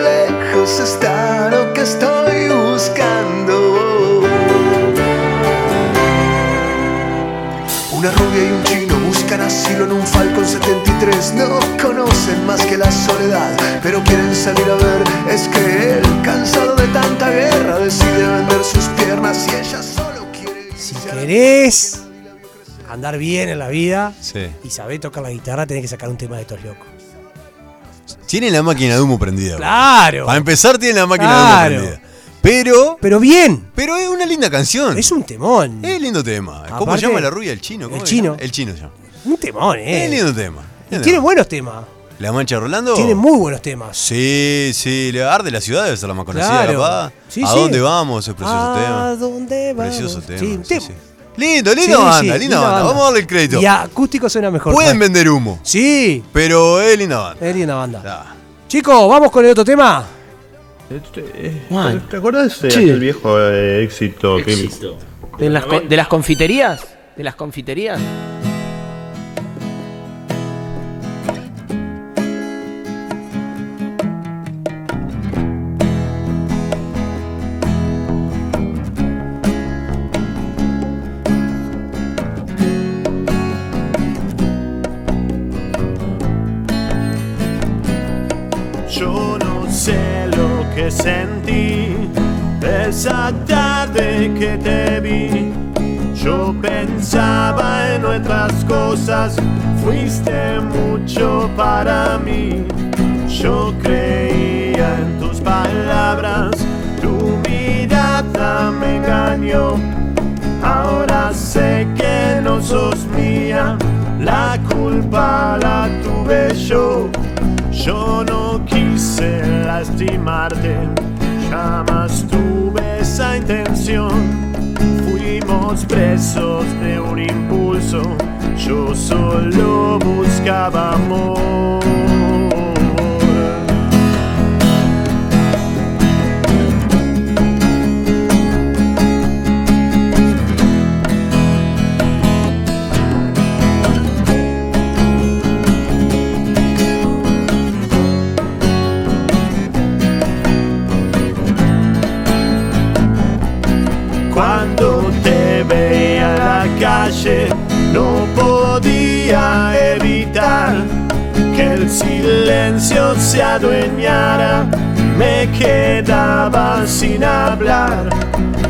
Lejos está lo que estoy buscando. Una rubia y un chino buscan asilo en un Falcon 73. No conocen más que la soledad, pero quieren salir a ver. Es que él, cansado de tanta guerra, decide vender sus piernas y ella solo quiere. Si querés andar bien en la vida Sí. y saber tocar la guitarra, tenés que sacar un tema de estos locos. Tiene la máquina de humo prendida. güey. Claro. Para empezar, tiene la máquina Claro. de humo prendida. Pero, Pero bien, pero es una linda canción. es un temón. Eh, Es lindo tema. ¿Cómo Aparte- se llama la rubia? El chino. ¿Cómo El se llama? chino. El chino se llama. Un temón, Es eh. lindo tema. Y Lindo tiene tema. buenos temas. La Mancha Rolando. Tiene muy buenos temas. Sí, sí, le arde la ciudad, debe ser la más conocida, Claro. capaz. Sí, ¿A sí. dónde vamos? Es precioso ¿A tema. dónde vamos? Precioso tema. Sí, sí, un tema. sí. Lindo, linda Sí, banda, sí, linda, banda. Vamos a darle el crédito. Y acústico suena mejor. Pueden Juan. vender humo, Sí, pero es linda banda. es linda banda. Ya. Chicos, vamos con el otro tema. ¿Te acordás de aquel viejo eh, éxito? que- ¿De las, co- de las confiterías? ¿De las confiterías? Yo no sé lo que sentí esa tarde que te vi. Yo pensaba en otras cosas, fuiste mucho para mí. Yo creía en tus palabras, tu mirada me engañó. Ahora sé que no sos mía, la culpa la tuve yo. Yo no quise lastimarte, jamás tuve esa intención. Fuimos presos de un impulso, yo solo buscaba amor. Cuando te veía en la calle, no podía evitar que el silencio se adueñara. Me quedaba sin hablar.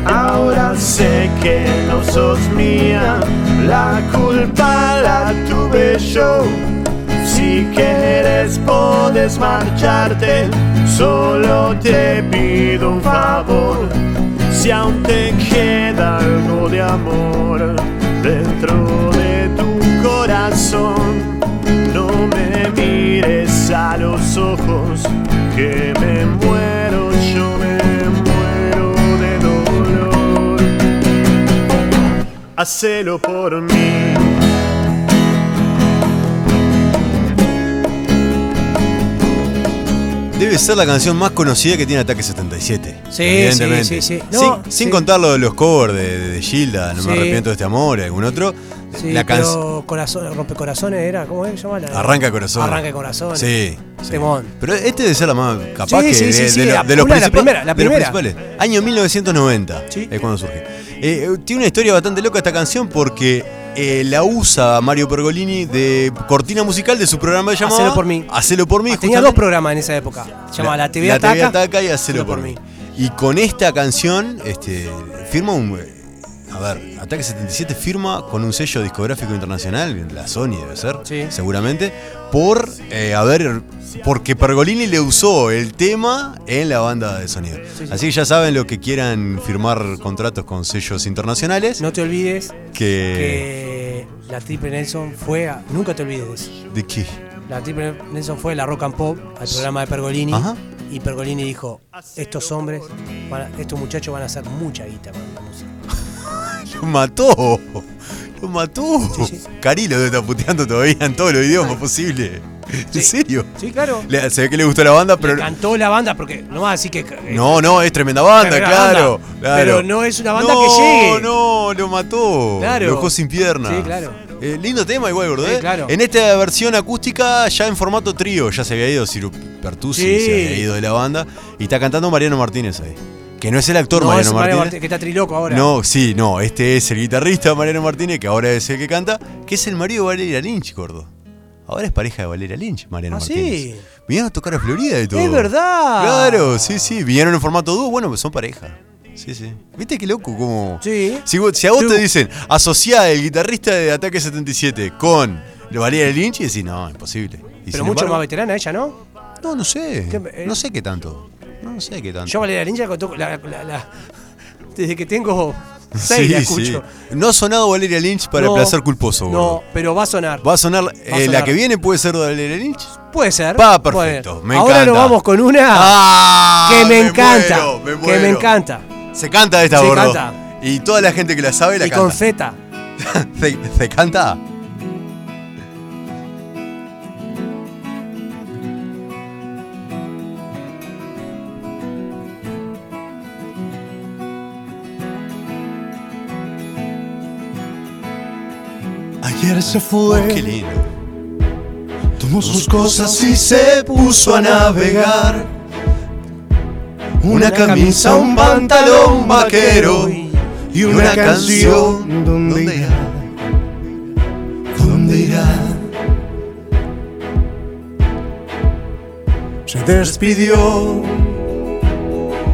Ahora sé que no sos mía, la culpa la tuve yo. Si quieres puedes marcharte, solo te pido un favor. Si aún te queda algo de amor dentro de tu corazón, no me mires a los ojos, que me muero, yo me muero de dolor. Hacelo por mí. Debe ser la canción más conocida que tiene Ataque 77. Sí, evidentemente. sí, sí, sí. No, sin sin sí. contar lo de los covers de, de- de Gilda, No Sí. me arrepiento de este amor, y algún otro. Sí, la canción. pero corazón, rompecorazones era, ¿cómo es que se llama? La- Arranca corazón. Arranca corazón. Sí. sí. Temón. Pero este debe ser la más capaz Sí, que sí, de, sí, de sí, lo- la- de los una de principales- las primeras, la de los primera. principales. Año 1990 Sí. es cuando surge. Eh, tiene una historia bastante loca esta canción porque eh, la usa Mario Pergolini de cortina musical de su programa llamado Hacelo por mí. Ah, Hacelo por mí. Tenía justamente. dos programas en esa época. Se llamaba La TV Ataca. y Hacelo por, mí. Y con esta canción este, firma un... eh, A ver, Ataque 77 firma con un sello discográfico internacional, la Sony debe ser, Sí. seguramente, por, eh, a ver, porque Pergolini le usó el tema en la banda de sonido. Así que ya saben lo que quieran firmar contratos con sellos internacionales, No te olvides que... que la Triple Nelson fue a, Nunca te olvides de eso. ¿De qué? La Triple Nelson fue a la Rock and Pop, al programa de Pergolini. Ajá. Y Pergolini dijo: Estos hombres, van a- estos muchachos van a hacer mucha guita con la música. Lo mató. Lo mató. Sí, sí. Cari lo está puteando todavía en todos los idiomas posibles. Sí. ¿En serio? Sí, claro. Le- se ve que le gustó la banda, pero. Le cantó la banda, porque no vas a decir que. eh, No, no, es tremenda banda, Tremenda claro, banda, claro. pero no es una banda No, que llegue. No, lo mató. Claro. Lo dejó sin piernas. Sí, claro. Eh, lindo tema igual, gordo. Sí, ¿eh? claro. En esta versión acústica, ya en formato trío, ya se había ido Ciro Pertusi, Sí. se había ido de la banda. Y está cantando Mariano Martínez ahí. Que no es el actor No, Mariano es Martínez. Mariano Martínez, que está triloco ahora. No, sí, no. Este es el guitarrista Mariano Martínez, que ahora es el que canta, que es el marido de Valeria Lynch, gordo. Ahora es pareja de Valeria Lynch, Mariano Ah, sí. Martínez. Vinieron a tocar a Florida y todo. Es verdad. Claro, sí, sí. Vinieron en formato dúo, bueno, pues son pareja. Sí, sí. ¿Viste qué loco? Como... Sí. Si, vos- si a vos te dicen, asociá el guitarrista de Ataque 77 con Valeria Lynch, y decís, no, imposible. Y sin Pero mucho embargo- más veterana ella, ¿no? No, no sé. ¿Qué me- eh? No sé qué tanto. No sé qué tanto. Yo a Valeria Lynch la conto- la- la- la- desde que tengo seis la escucho. No ha sonado Valeria Lynch para No, el placer culposo, No, gordo. pero va a sonar. ¿Va a sonar, eh, la sonar. que viene? ¿Puede ser Valeria Lynch? Puede ser. Va, puede ser. perfecto. Me Ahora encanta. nos vamos con una Ah, que me, me encanta. muero, me que me muero. encanta. Se canta esta, Se gordo. canta. Y toda la gente que la sabe la y con canta. Z. ¿Se, se canta? Ayer se fue. Oh, Qué lindo. Tomó sus cosas y se puso a navegar. Una camisa, un pantalón vaquero y una canción. ¿Dónde irá? ¿Dónde irá? Se despidió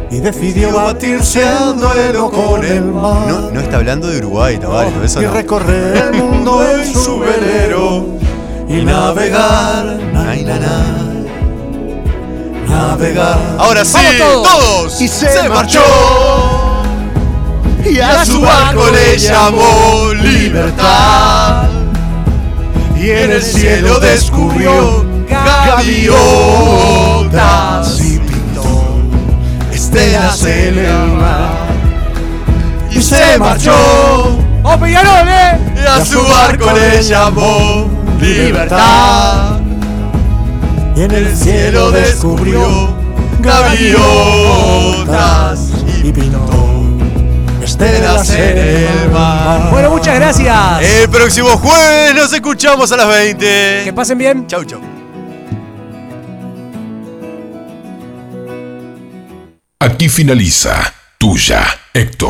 y decidió batirse al duelo con el mar. No, no está hablando de Uruguay, Tavares, eso y no. recorrer el mundo en su velero y navegar, na, na, na, navegar. Ahora sí, ¡Vamos todos! Y se, se, marchó. y a su barco le llamó libertad. Y en el cielo descubrió gaviotas y pintó estelas en el mar. Y se marchó. ¡Oh, Peñarol, eh! Y a su barco le llamó libertad. Y en el cielo descubrió gaviotas y pintó estelas en el mar. Eh. Bueno, muchas gracias. El próximo jueves nos escuchamos a las 20. Que pasen bien. Chau, chau. Aquí finaliza Tuya, Héctor.